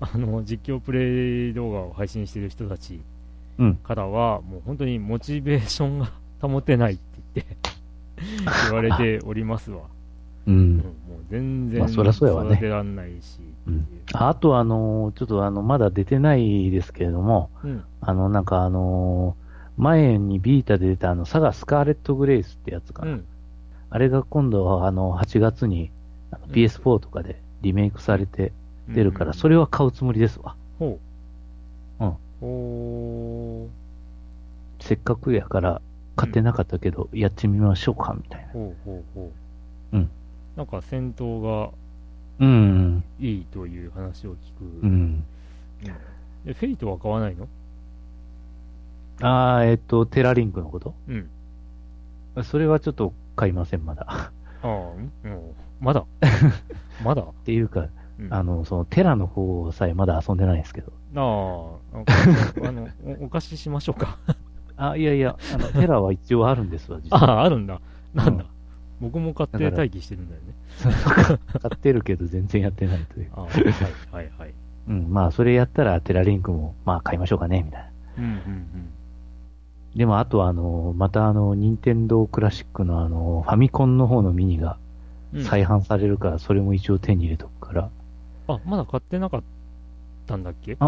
Speaker 1: あの実況プレイ動画を配信してる人たち
Speaker 2: うん。
Speaker 1: からは、もう本当にモチベーションが保てないって 言って言われておりますわ。
Speaker 2: う
Speaker 1: うん
Speaker 2: ん。
Speaker 1: もう全然
Speaker 2: まあそりゃそうやわね
Speaker 1: 育てらんないし。
Speaker 2: うんあと、あのちょっとあの、まだ出てないですけれども、
Speaker 1: うん
Speaker 2: あの、なんかあの前にビータで出たあの、佐賀スカーレット・グレイスってやつか
Speaker 1: う
Speaker 2: な。
Speaker 1: ん
Speaker 2: あれが今度はあの、8月にあの
Speaker 1: うん
Speaker 2: PS4 とかでリメイクされて出るから、
Speaker 1: うん
Speaker 2: それは買うつもりですわ。
Speaker 1: ほう。
Speaker 2: うん
Speaker 1: ほ
Speaker 2: せっかくやから買ってなかったけど、やってみましょうか、みたいな
Speaker 1: う。ほうほうほう。
Speaker 2: うん。
Speaker 1: なんか戦闘が
Speaker 2: うん。
Speaker 1: いいという話を聞く。
Speaker 2: うん。
Speaker 1: えフェイトは買わないの
Speaker 2: あー、えっと、テラリンクのこと
Speaker 1: うん。
Speaker 2: それはちょっと買いません、まだ。
Speaker 1: ああ、うんうん。ま だまだ
Speaker 2: っていうか、
Speaker 1: うん
Speaker 2: あの、その、テラの方さえまだ遊んでないんですけど。
Speaker 1: なあ、ああの、お お貸ししましょうか。
Speaker 2: あ、いやいや、あの、テラは一応あるんですわ、実
Speaker 1: あ
Speaker 2: は。
Speaker 1: あ、あるんだ。なんだ。
Speaker 2: う
Speaker 1: 僕も買って待機してるんだよね。
Speaker 2: 買ってるけど全然やってないという。
Speaker 1: ああ、はい、はい、はい。
Speaker 2: うん、まあ、それやったらテラリンクも、まあ、買いましょうかね、みたいな。
Speaker 1: うん、うん、
Speaker 2: でも、あとは、あの、また、あの、任天堂クラシックの、あの、ファミコンの方のミニが
Speaker 1: うん。
Speaker 2: 再販されるから、それも一応手に入れとくから、
Speaker 1: あ、まだ買ってなかったんだっけ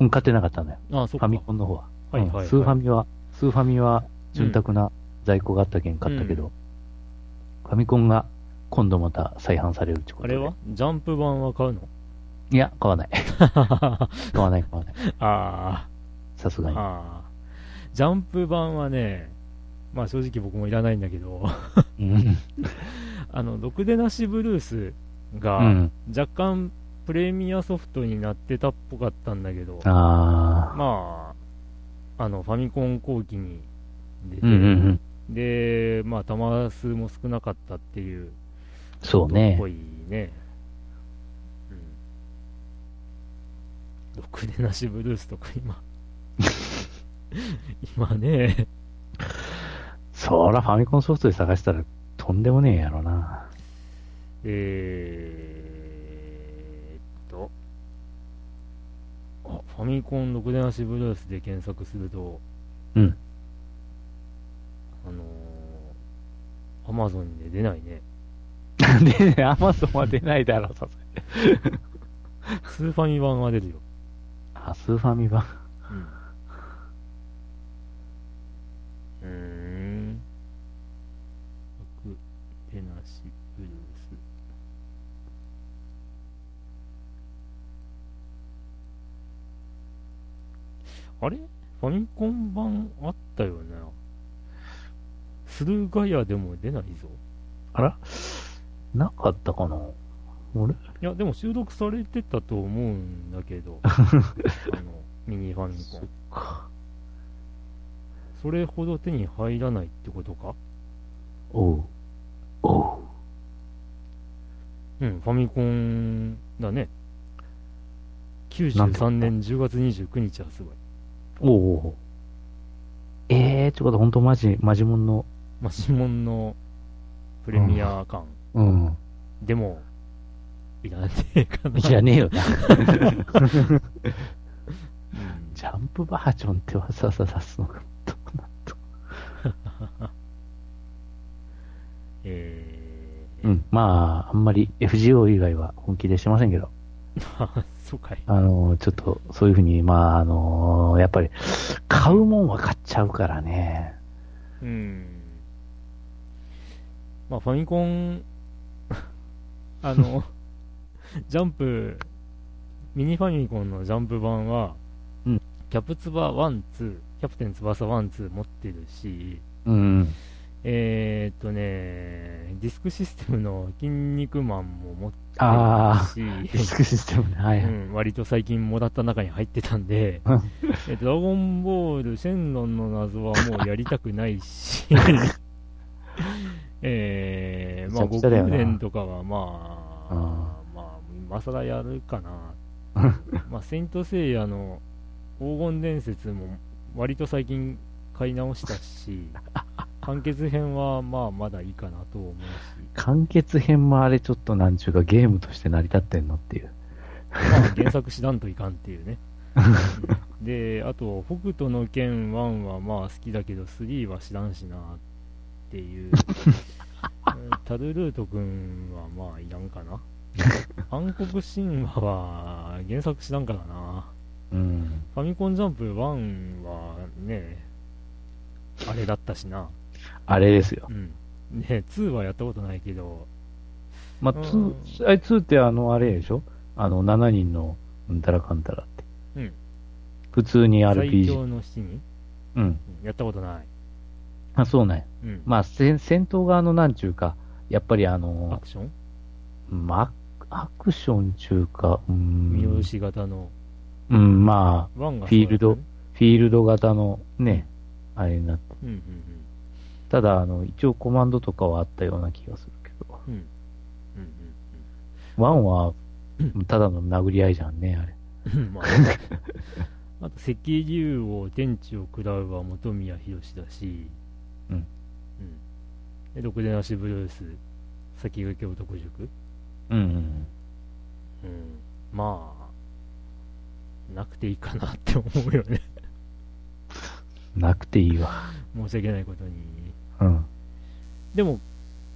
Speaker 2: うん、買ってなかったのよ。
Speaker 1: ああ、そっ
Speaker 2: フ
Speaker 1: か。
Speaker 2: ァミコンの方は。
Speaker 1: はいはいはい
Speaker 2: うんスーファミは、スーファミは、潤沢な在庫があったけん買ったけど、ファミコンが今度また再販されるってこと
Speaker 1: あ
Speaker 2: で。
Speaker 1: れはジャンプ版は買うの
Speaker 2: いや、買わ ない。
Speaker 1: あ
Speaker 2: 買わない、買わない。
Speaker 1: あ、
Speaker 2: さすが
Speaker 1: あ
Speaker 2: に。
Speaker 1: あ。ジャンプ版はね、まあ正直僕もいらないんだけど、
Speaker 2: うん。
Speaker 1: あの、ろくでなしブルース
Speaker 2: う
Speaker 1: が
Speaker 2: ん。
Speaker 1: 若干プレミアソフトになってたっぽかったんだけど、
Speaker 2: ああ。
Speaker 1: まあ、あの、ファミコン後期に出て、
Speaker 2: うんうんうん。
Speaker 1: で、まあ、弾数も少なかったっていう、
Speaker 2: そう
Speaker 1: っ
Speaker 2: ね
Speaker 1: ぽ。いね。うん。ろくでなしブルースとか 今。今ね、
Speaker 2: そら、ファミコンソフトで探したら、とんでもねえやろな。
Speaker 1: えーっと、あ、ファミコンろくでなしブルースで検索すると、
Speaker 2: うん。
Speaker 1: あのー、アマゾンで出ないね。
Speaker 2: で、アマゾンは出ないだろ、さすがに。
Speaker 1: スーファミ版が出るよ。
Speaker 2: あ、スーファミ版。
Speaker 1: うーん。楽でなしブルース。あれファミコン版あったよな。スルーガイアでも出ないぞ。
Speaker 2: あらなかったかな俺
Speaker 1: いや、でも収録されてたと思うんだけ ど、あのミニファミコン。
Speaker 2: か。
Speaker 1: それほど手に入らないってことか
Speaker 2: おう。おう。
Speaker 1: うん、ファミコンだね。
Speaker 2: なんて
Speaker 1: 93年10月29日発売。
Speaker 2: おうおうおう。ええー、ってことは本当マジ、マジモンの。
Speaker 1: まあ、指紋のプレミア感。
Speaker 2: うん。
Speaker 1: でも、いらねえかな。
Speaker 2: いらねえよな。
Speaker 1: うん
Speaker 2: ジャンプバージョンってわざわざ出すのか。どうなんと。
Speaker 1: え
Speaker 2: う
Speaker 1: ー、
Speaker 2: ん。まあ、あんまり FGO 以外は本気でしてませんけど。
Speaker 1: あ、そうかい。
Speaker 2: あのーちょっと、そういうふうに、まあ、あのーやっぱり、買うもんは買っちゃうからね。
Speaker 1: うん。まあ、ファミコン、 あの、 ジャンプ、ミニファミコンのジャンプ版は、
Speaker 2: うん
Speaker 1: キャプツバ1、2、キャプテン翼1、2持ってるし、
Speaker 2: うん。
Speaker 1: えー、っとね、ディスクシステムの筋肉マンも持
Speaker 2: あ
Speaker 1: ってる
Speaker 2: あ、 ディ
Speaker 1: し
Speaker 2: ス、クシステムね。はいうはい。
Speaker 1: ん、割と最近もらった中に入ってたんで
Speaker 2: うん、
Speaker 1: えドラゴンボール、シェンロンの謎はもうやりたくないし、えー、まあ、
Speaker 2: めち
Speaker 1: 悟
Speaker 2: ゃくちゃだよ
Speaker 1: 空
Speaker 2: な
Speaker 1: 伝とかはまあ、
Speaker 2: うん
Speaker 1: まあ、今更やるかな。 まあ、セイントセイヤの黄金伝説も割と最近買い直したし、 完結編はまあ、まだいいかなと思うし、
Speaker 2: 完結編もあれちょっとなんちゅうかゲームとして成り立ってんのっていう。
Speaker 1: まあ、原作知らんといかんっていう ね。うんで、あと、北斗の拳1はまあ好きだけど、3は知らんしなって いう。うんタルルート君はまあいらんか な。暗黒神話は原作知らんからな。
Speaker 2: うん。
Speaker 1: ファミコンジャンプ1はね、あれだったしな。
Speaker 2: あれですよ。
Speaker 1: うん。ね、2はやったことないけど、
Speaker 2: まあ、
Speaker 1: うん
Speaker 2: 2、あれ2ってあの、あれでしょあの、7人のうんたらかんたらって。
Speaker 1: うん。
Speaker 2: 普通に
Speaker 1: 最
Speaker 2: RPG。
Speaker 1: 強の七人
Speaker 2: うん。
Speaker 1: うんやったことない。
Speaker 2: あ、そうなんや。
Speaker 1: うん。
Speaker 2: まあ、戦戦闘側のなんちゅうか、やっぱりあ
Speaker 1: ア
Speaker 2: の
Speaker 1: ク、ション
Speaker 2: まあ、アクションちゅうか、うん。
Speaker 1: 見下ろし型の。
Speaker 2: うん、まあ、
Speaker 1: ワンが
Speaker 2: フィールド
Speaker 1: そう
Speaker 2: フィールド型のね、あれになって。
Speaker 1: だね
Speaker 2: ただ、あの、一応コマンドとかはあったような気がするけど。
Speaker 1: うんうんうん。うん
Speaker 2: ワンは、ただの殴り合いじゃんね、あれ。
Speaker 1: うん うん。まあ、あと、石竜王、天地を食らうは本宮宏だし、
Speaker 2: うん
Speaker 1: うん。で、ろくでなしブルース、先駆け男塾。
Speaker 2: うん、うん。
Speaker 1: うん。まあ、なくていいかなって思うよ ね。
Speaker 2: なくていいわ。
Speaker 1: 申し訳ないことに。
Speaker 2: うん。
Speaker 1: でも、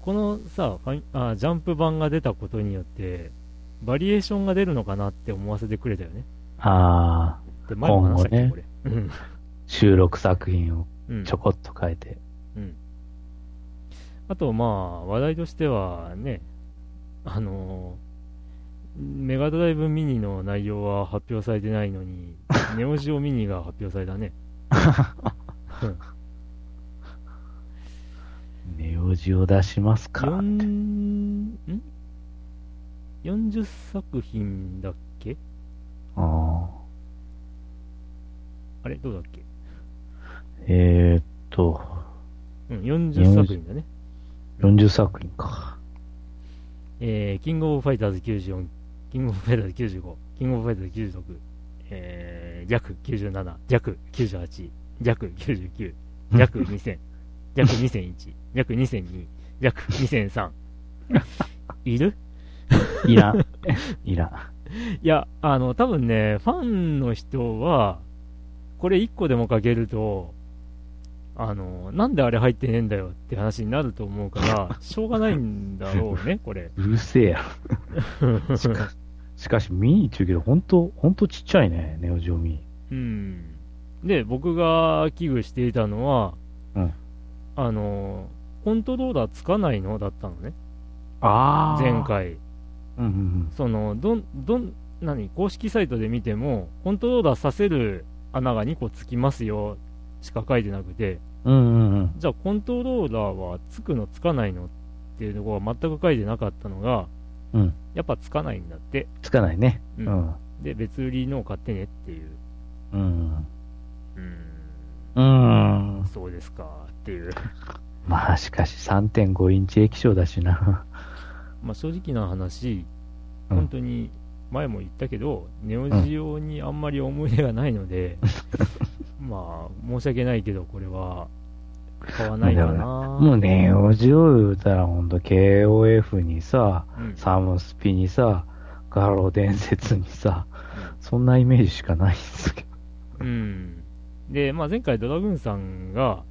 Speaker 1: このさファミあ、ジャンプ版が出たことによって、バリエーションが出るのかなって思わせてくれたよね。
Speaker 2: ああ、
Speaker 1: で、前も話したっけ、
Speaker 2: 今
Speaker 1: こ
Speaker 2: 後
Speaker 1: れ。うん
Speaker 2: 収録作品を
Speaker 1: うん
Speaker 2: ちょこっと変えて。
Speaker 1: あと、まあ、話題としてはね、あのーメガドライブミニの内容は発表されてないのに、ネオジオミニが発表されたね。うん
Speaker 2: ネオジオ出しますか
Speaker 1: 四ん40作品だっけ
Speaker 2: あ
Speaker 1: あれどうだっけ
Speaker 2: ーえーっと、
Speaker 1: うん、40作品だね。
Speaker 2: 40作品か。
Speaker 1: えー、キングオブファイターズ94、キングオブファイターズ95、キングオブファイターズ96、えー、弱97、弱98、弱99、弱2000、弱2001、弱2002、弱2003。いる
Speaker 2: いら ん。いらん。
Speaker 1: いや、あの、多分ね、ファンの人は、これ1個でもかけると、あの、なんであれ入ってねえんだよって話になると思うから、しょうがないんだろうね、これ。
Speaker 2: うるせえや ろ。しかしかし、ミニちゅうけど、ほんと、ほんとちっちゃいね、ネオジオミニ。
Speaker 1: うん、で僕が危惧していたのは、
Speaker 2: うん
Speaker 1: あのコントローラーつかないのだったのね
Speaker 2: あ
Speaker 1: 前。回
Speaker 2: うんうんうん。
Speaker 1: そのどんどん何公式サイトで見てもコントローラーさせる穴が2個つきますよしか書いてなくて
Speaker 2: うんうんうん。
Speaker 1: じゃあコントローラーはつくのつかないのっっていうところは全く書いてなかったのが、
Speaker 2: うん
Speaker 1: やっぱつかないんだって、
Speaker 2: つかないね。
Speaker 1: う
Speaker 2: うんん。
Speaker 1: で別売りのを買ってねっていう、
Speaker 2: うん。
Speaker 1: うー
Speaker 2: うんん。
Speaker 1: そうですかっていう、
Speaker 2: まあ、しかし3.5インチ液晶だしな。
Speaker 1: まあ、正直な話、
Speaker 2: うん
Speaker 1: 本当に前も言ったけど、ネオジオにあんまり思い出がないの で、まあ申し訳ないけど、これは買わないかな、
Speaker 2: もうね、オジオ言うたらほんと KOF にさ、
Speaker 1: うん
Speaker 2: サムスピにさ、ガロ伝説にさ、そんなイメージしかないんですけど。
Speaker 1: うん、で、まあ、前回、ドラグーンさんが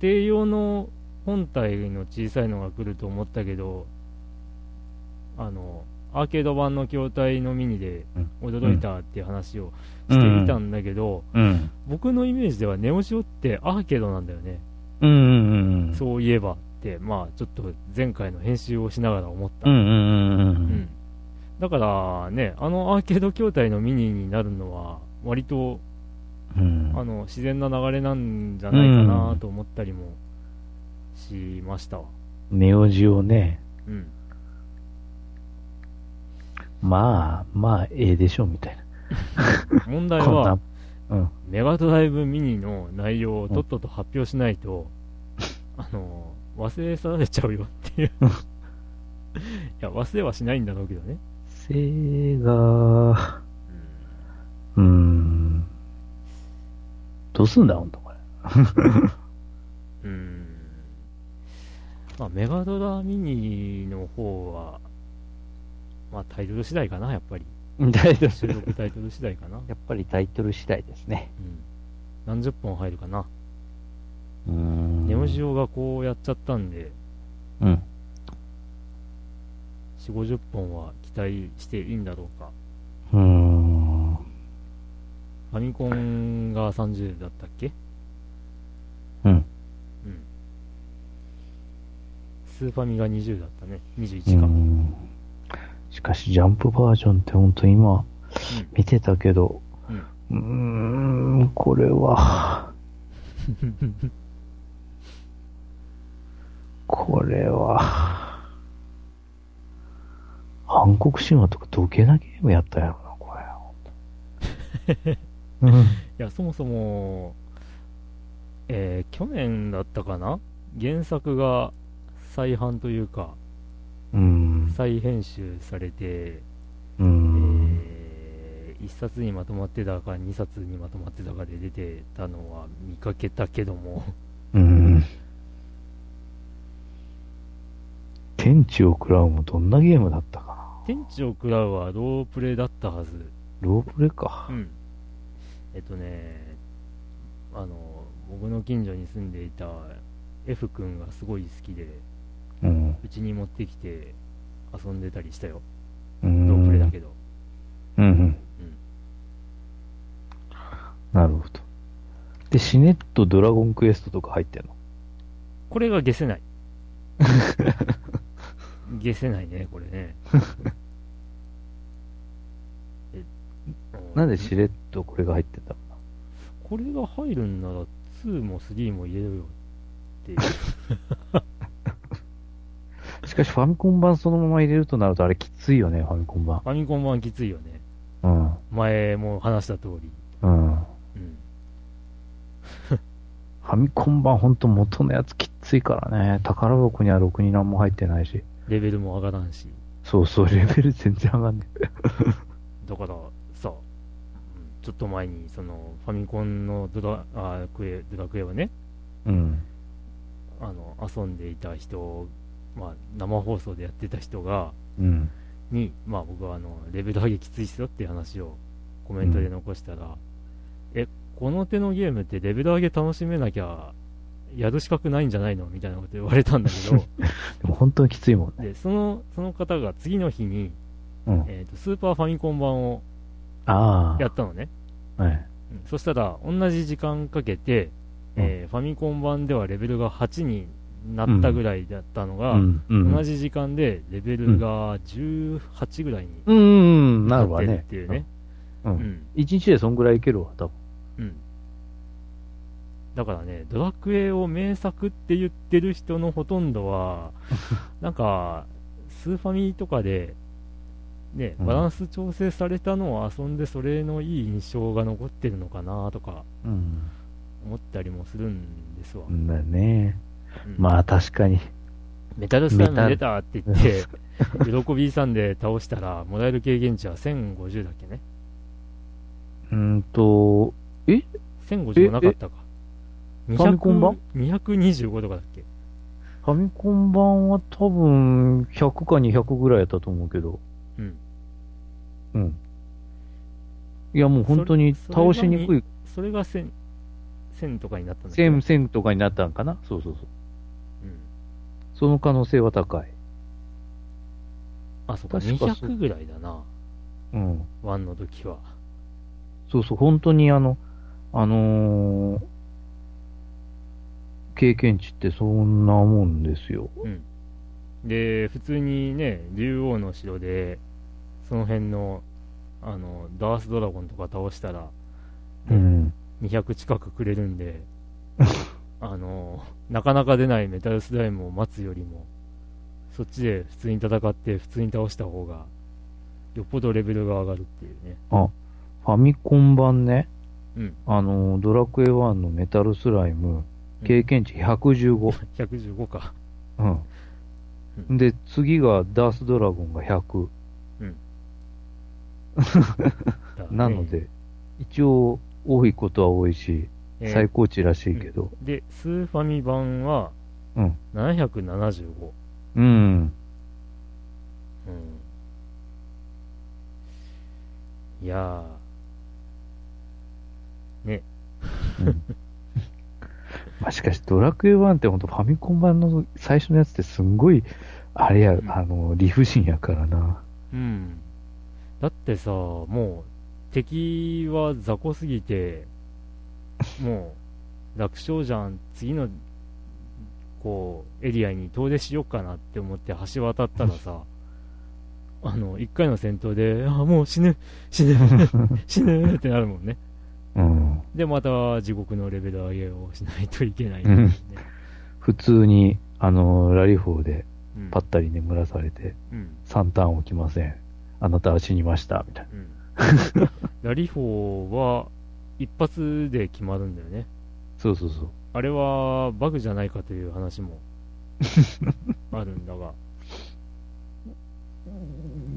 Speaker 1: 家庭用の本体の小さいのが来ると思ったけどあのアーケード版の筐体のミニで驚いたっていう話をしていたんだけど、
Speaker 2: うん。
Speaker 1: 僕のイメージではネオジオってアーケードなんだよね、
Speaker 2: うんうんうんうん。
Speaker 1: そういえばって、まあ、ちょっと前回の編集をしながら思った。
Speaker 2: うんうんうんう
Speaker 1: うんんだからね、あのアーケード筐体のミニになるのは、割と
Speaker 2: うん。うん。
Speaker 1: あの自然な流れなんじゃないかなと思ったりもしましたわ
Speaker 2: ネオジオね、
Speaker 1: うん、
Speaker 2: まあ、まあ、ええでしょ、みたい
Speaker 1: 問題
Speaker 2: な。こん
Speaker 1: は
Speaker 2: な、うん。
Speaker 1: メガドライブミニの内容をとっとと発表しないと、あの忘れ去られちゃうよって いういや忘れはしないんだろうけどね、
Speaker 2: セガうーん。どうすんだ、ほんと、これ。
Speaker 1: うんまあ、メガドラミニの方は、まあ、タイトル次第かなやっぱり
Speaker 2: タイト
Speaker 1: 収録タイトル次第かな、うん
Speaker 2: やっぱりタイトル次第ですね。、
Speaker 1: 何十本入るかな
Speaker 2: うーん
Speaker 1: ネオジオがこうやっちゃったんで、
Speaker 2: うん。
Speaker 1: 4、50本は期待していいんだろうか。
Speaker 2: うーん。
Speaker 1: ファミコンが30だったっけ
Speaker 2: うん。
Speaker 1: うん。スーファミが20だったね。
Speaker 2: う
Speaker 1: 21か。うん。
Speaker 2: ん。しかし、ジャンプバージョンってほんと今、見てたけど、うーん、これ は、これは、暗黒神話とかどけなゲームやったやろな、こ れ。うん。
Speaker 1: いや、そもそも、えー、去年だったかな原作が再版というか、
Speaker 2: うん。
Speaker 1: 再編集されて、
Speaker 2: うん。
Speaker 1: え1冊にまとまってたか2冊にまとまってたかで出てたのは見かけたけども
Speaker 2: うん。天地を食らうもどんなゲームだったかな。
Speaker 1: 天地を食らうはロープレだったはず
Speaker 2: ロープレか
Speaker 1: う。んえっとねあの僕の近所に住んでいた F 君がすごい好きで
Speaker 2: うん。
Speaker 1: うちに持ってきて遊んでたりしたよ
Speaker 2: ロ
Speaker 1: ロープレだけど
Speaker 2: うんうん。なるほど。で、シネットドラゴンクエストとか入ってんの
Speaker 1: これが消 せない消せないねこれね え
Speaker 2: なんでしれっとこれが入ってたの
Speaker 1: これが入るんなら2も3も入れろよっていう
Speaker 2: しかしファミコン版そのまま入れるとなるとあれきついよね、ファミコン版。
Speaker 1: ファミコン版きついよね
Speaker 2: うん。
Speaker 1: 前も話した通り
Speaker 2: うん。
Speaker 1: うん
Speaker 2: ファミコン版ほんと元のやつきついからね。宝箱にはろくに何も入ってないし。
Speaker 1: レベルも上がらんし
Speaker 2: そうそう、レベル全然上がんね
Speaker 1: だからさうんちょっと前にそのファミコンのドラあクエドラクエをね
Speaker 2: え。うん。
Speaker 1: あの遊んでいた人、まあ、生放送でやってた人が
Speaker 2: うん。
Speaker 1: に、まあ、僕はあのレベル上げきついっすよっていう話をコメントで残したら、えこの手のゲームってレベル上げ楽しめなきゃやる資格ないんじゃないのみたいなこと言われたんだけ ど
Speaker 2: でも本当にきついもんね。
Speaker 1: でそのその方が次の日に、
Speaker 2: うん。
Speaker 1: えー、とスーパーファミコン版を
Speaker 2: あ
Speaker 1: やったのね、
Speaker 2: あ。はい。
Speaker 1: うんそしたら同じ時間かけて、えーファミコン版ではレベルが8になったぐらいだったの
Speaker 2: う
Speaker 1: が、
Speaker 2: ん。うん。
Speaker 1: 同じ時間でレベルが18ぐらいに
Speaker 2: うんうん。な
Speaker 1: な
Speaker 2: る
Speaker 1: っ
Speaker 2: わ
Speaker 1: てるっ
Speaker 2: ね。
Speaker 1: ていうね。
Speaker 2: う。
Speaker 1: うんん
Speaker 2: 一日でそんぐらいいけるわ、多分。
Speaker 1: うん、だからね、ドラクエを名作って言ってる人のほとんど は、なんか、スーファミとかで、ね、
Speaker 2: うん
Speaker 1: バランス調整されたのを遊んで、それのいい印象が残ってるのかなとか
Speaker 2: うん。
Speaker 1: 思ったりもするんですわ。
Speaker 2: だね。
Speaker 1: うん
Speaker 2: まあ確かに。
Speaker 1: メタルスライム出たって言って、 喜びさんで倒したら、もらえる経験値は1050だっけね。
Speaker 2: うーんと、
Speaker 1: 1050もなかったか。
Speaker 2: ファミコン版
Speaker 1: ?225 とかだっけ
Speaker 2: ファミコン版は多分100か200ぐらいやったと思うけど。
Speaker 1: うん。
Speaker 2: うん。いやもう本当に
Speaker 1: それ
Speaker 2: 倒しにくい
Speaker 1: それが1000、1000とかになったんだっけ
Speaker 2: 線、線とかになったんかなそうそうそう。
Speaker 1: うん
Speaker 2: その可能性は高い。
Speaker 1: あ、そっか、
Speaker 2: 確かそう
Speaker 1: 200ぐらいだな。
Speaker 2: うん。
Speaker 1: 1の時は。
Speaker 2: そうそう、本当にあの、あのー経験値ってそんなもんですよ。
Speaker 1: うん。で、普通にね、竜王の城で、その辺の、あの、ダースドラゴンとか倒したら、
Speaker 2: うん。
Speaker 1: 200近くくれるん で、あのなかなか出ないメタルスライムを待つよりも、そっちで普通に戦って、普通に倒した方が、よっぽどレベルが上がるっていうね。
Speaker 2: ファミコン版ね、
Speaker 1: うん。
Speaker 2: あのードラクエ1のメタルスライム、経験値115。
Speaker 1: 115か。
Speaker 2: うん。
Speaker 1: うん
Speaker 2: で、次がダースドラゴンが100。
Speaker 1: だね
Speaker 2: なの、で、一応、多いことは多いし、
Speaker 1: えー
Speaker 2: 最高値らしいけど。
Speaker 1: で、スーファミ版は、
Speaker 2: うん
Speaker 1: 775。
Speaker 2: うん。
Speaker 1: うん。いやー、
Speaker 2: まあ、しかし、ドラクエ1って本当ファミコン版の最初のやつってすんごい、あれや、
Speaker 1: うん
Speaker 2: あの、理不尽やからな。
Speaker 1: うん。だってさ、もう、敵は雑魚すぎ て、もう、楽勝じゃん、次の、こう、エリアに遠出しようかなって思って橋渡ったら さ、あの、一回の戦闘で、あ、もう死ぬ、死 ぬ、死ぬってなるもんね。
Speaker 2: うん。
Speaker 1: で、また地獄のレベル上げをしないといけない、
Speaker 2: うん普通に、あの、ラリフォーで
Speaker 1: うん
Speaker 2: パッタリ眠らされて、
Speaker 1: うん。
Speaker 2: 3ターン起きません。あなたは死にました、みたいな。
Speaker 1: うん。ラリフォーは、一発で決まるんだよね。
Speaker 2: そうそうそう。
Speaker 1: あれはバグじゃないかという話もあるんだ が、
Speaker 2: う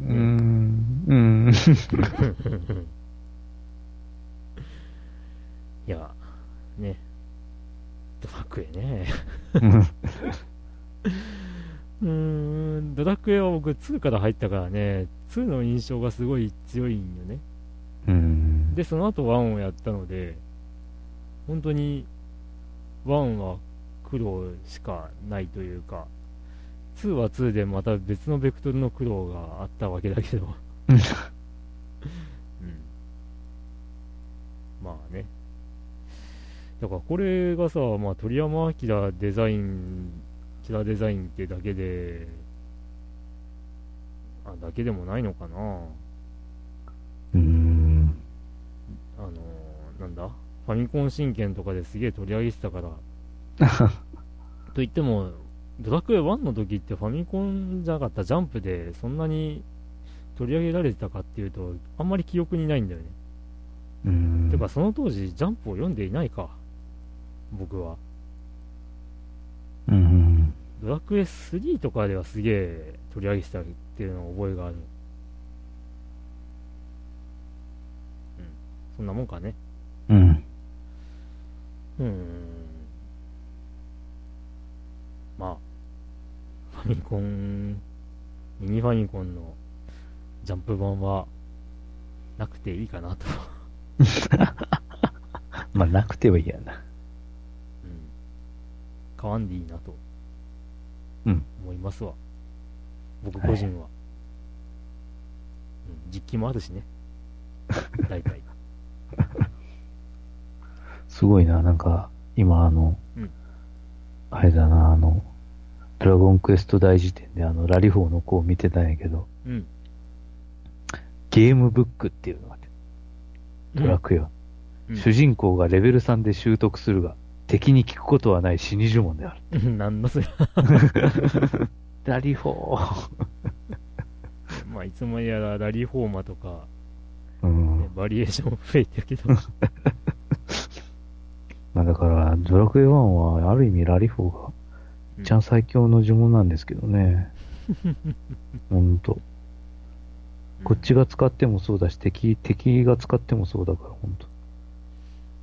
Speaker 2: ーん。うん。
Speaker 1: いや、ね、ドラクエね。うーん、ドラクエは僕2から入ったからね、2の印象がすごい強いんよね。
Speaker 2: うん。
Speaker 1: で、その後1をやったので、本当に1は苦労しかないというか、2は2でまた別のベクトルの苦労があったわけだけど、
Speaker 2: う
Speaker 1: うんん、まあね。だからこれがさ、まあ、鳥山明デザイン、キラデザインってだけで、あ、だけでもないのかな。
Speaker 2: うん。
Speaker 1: あのーなんだ、ファミコン神剣とかですげえ取り上げてた から。といっても、ドラクエ1の時ってファミコンじゃなかったジャンプでそんなに取り上げられてたかっていうと、あんまり記憶にないんだよね。
Speaker 2: うん
Speaker 1: てか、その当時、ジャンプを読んでいないか、僕は。
Speaker 2: うん。
Speaker 1: ドラクエ3とかではすげえ取り上げてたっていうのを覚えがある。うん。そんなもんかね。
Speaker 2: うん。
Speaker 1: うーん。まあ、ファミコン、ミニファミコンのジャンプ版はなくていいかなと。
Speaker 2: まあ、なくてはいいやな。
Speaker 1: うん。買わんでいいなと。
Speaker 2: うん。
Speaker 1: 思いますわ。僕
Speaker 2: はい
Speaker 1: 個人は。うん。実機もあるし ね。大体。
Speaker 2: すごいな、なんか、今、あの、
Speaker 1: うん
Speaker 2: あれだな、あの、ドラゴンクエスト大辞典で、あの、ラリフォーの子を見てたんやけど、
Speaker 1: うん。
Speaker 2: ゲームブックっていうのがあって、ドラクエは。
Speaker 1: うん
Speaker 2: 主人公がレベル3で習得するが、敵に聞くことはない死に呪文である。
Speaker 1: なんだそれ。
Speaker 2: ダリフォー。
Speaker 1: まあ、いつもやらラリーフォーマとか、
Speaker 2: うん
Speaker 1: ね、バリエーション増えてるけど、
Speaker 2: まあ、だから、ドラクエ1はある意味ラリフォーが一番最強の呪文なんですけど ね。ほんと。こっちが使ってもそうだし、敵、敵が使ってもそうだから、ほんと。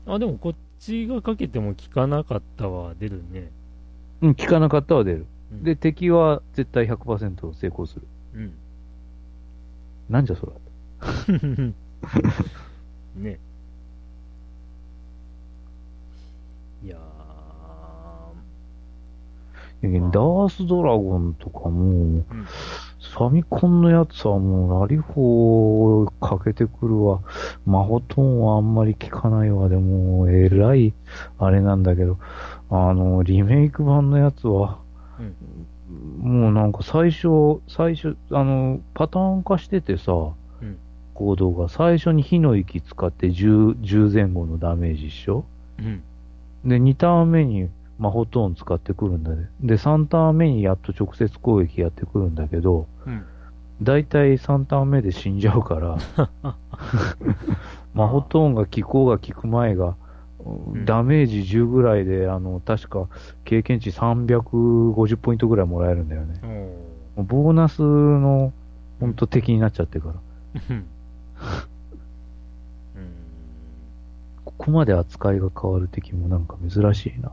Speaker 1: あ、でもこっちがかけても効かなかったは出るね。
Speaker 2: うん、効かなかったは出る。
Speaker 1: うん
Speaker 2: で、、敵は絶対100%成功する。なんじゃそら。
Speaker 1: うん。ね。いや
Speaker 2: いや
Speaker 1: うん
Speaker 2: ダースドラゴンとかも、
Speaker 1: うん
Speaker 2: ファミコンのやつはもうラリフォーかけてくるわ。マホトーンはあんまり聞かないわ。でも、えらい、あれなんだけど、あの、リメイク版のやつは、
Speaker 1: うん
Speaker 2: もうなんか最初、最初、あの、パターン化しててさ、
Speaker 1: ん
Speaker 2: 行動が最初に火の息使って 10, 10前後のダメージっしょ
Speaker 1: ー、うん。
Speaker 2: で、2ターン目に魔法トーン使ってくるんだね。で、3ターン目にやっと直接攻撃やってくるんだけど、
Speaker 1: うん。
Speaker 2: だいたい3ターン目で死んじゃう から、魔法トーンが効こうが効く前が、
Speaker 1: ん
Speaker 2: ダメージ10ぐらいで、あの、確か経験値350ポイントぐらいもらえるんだよね。
Speaker 1: おー
Speaker 2: もうボーナスの、ほんと敵になっちゃってから。
Speaker 1: うん。う
Speaker 2: ここまで扱いが変わる敵もなんか珍しいな。
Speaker 1: ん。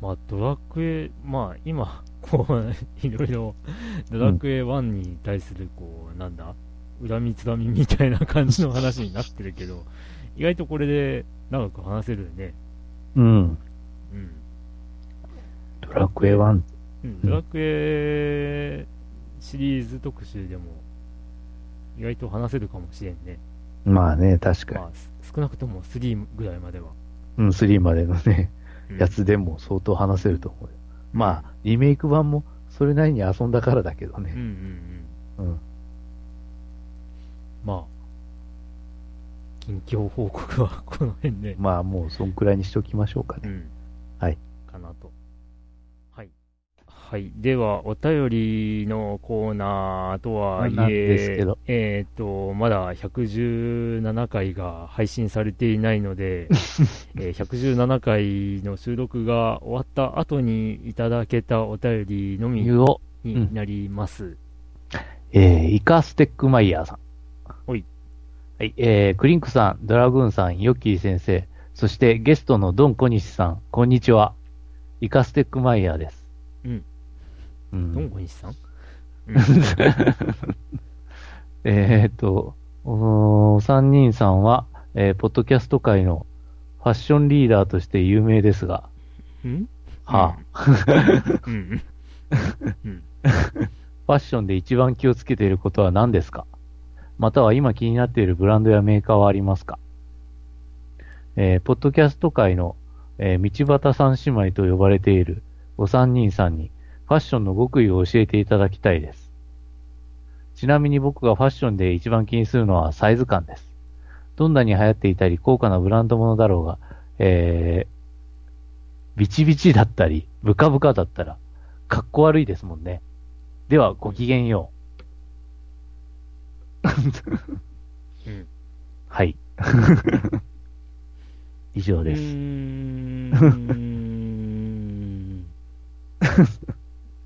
Speaker 1: まあ、ドラクエ、まあ、今、こう、い ろいろ、ドラクエ1に対する、こう、なんだ、恨みつらみみたいな感じの話になってるけど、意外とこれで長く話せるよね。
Speaker 2: うん。
Speaker 1: うん。
Speaker 2: ドラクエ1。
Speaker 1: うん、ドラクエシリーズ特集でも、意外と話せるかもしれんね。
Speaker 2: まあね、確かに
Speaker 1: まあ、す少なくとも3ぐらいまでは。
Speaker 2: うん、3までの
Speaker 1: う
Speaker 2: ね、
Speaker 1: ん
Speaker 2: やつでも相当話せると思うよ。まあ、リメイク版もそれなりに遊んだからだけど
Speaker 1: うんう
Speaker 2: ね。
Speaker 1: ん
Speaker 2: うん。
Speaker 1: うん。まあ、近況報告はこの辺で。
Speaker 2: まあ、もうそんくらいにしておきましょうか
Speaker 1: う
Speaker 2: ね。
Speaker 1: ん。
Speaker 2: はい。
Speaker 1: かなと。はい。はい。では、お便りのコーナーとはい
Speaker 2: な
Speaker 1: え、
Speaker 2: んですけど
Speaker 1: えっ、と、まだ117回が配信されていないの で、えー117回の収録が終わった後にいただけたお便りのみ
Speaker 2: 言おう。
Speaker 1: になります。
Speaker 2: えー、イカステックマイヤーさん。
Speaker 1: ほい。
Speaker 2: はい、えー、クリンクさん、ドラグーンさん、ヨッキー先生、そしてゲストのドン小西さん、こんにちは。イカステックマイヤーです。
Speaker 1: うん。
Speaker 2: う
Speaker 1: どん
Speaker 2: ん。
Speaker 1: こにしさん
Speaker 2: えーっと、お三人さんは、えーポッドキャスト界のファッションリーダーとして有名ですが、
Speaker 1: うん
Speaker 2: はあ、
Speaker 1: うん。うん。
Speaker 2: ファッションで一番気をつけていることは何ですかまたは今気になっているブランドやメーカーはありますかえーポッドキャスト界の、えー道端三姉妹と呼ばれているお三人さんにファッションの極意を教えていただきたいです。ちなみに僕がファッションで一番気にするのはサイズ感です。どんなに流行っていたり高価なブランドものだろうが、えー、ビチビチだったり、ブカブカだったら、かっこ悪いですもんね。では、ごきげんよう。
Speaker 1: うん
Speaker 2: はい。以上です。
Speaker 1: うーん。う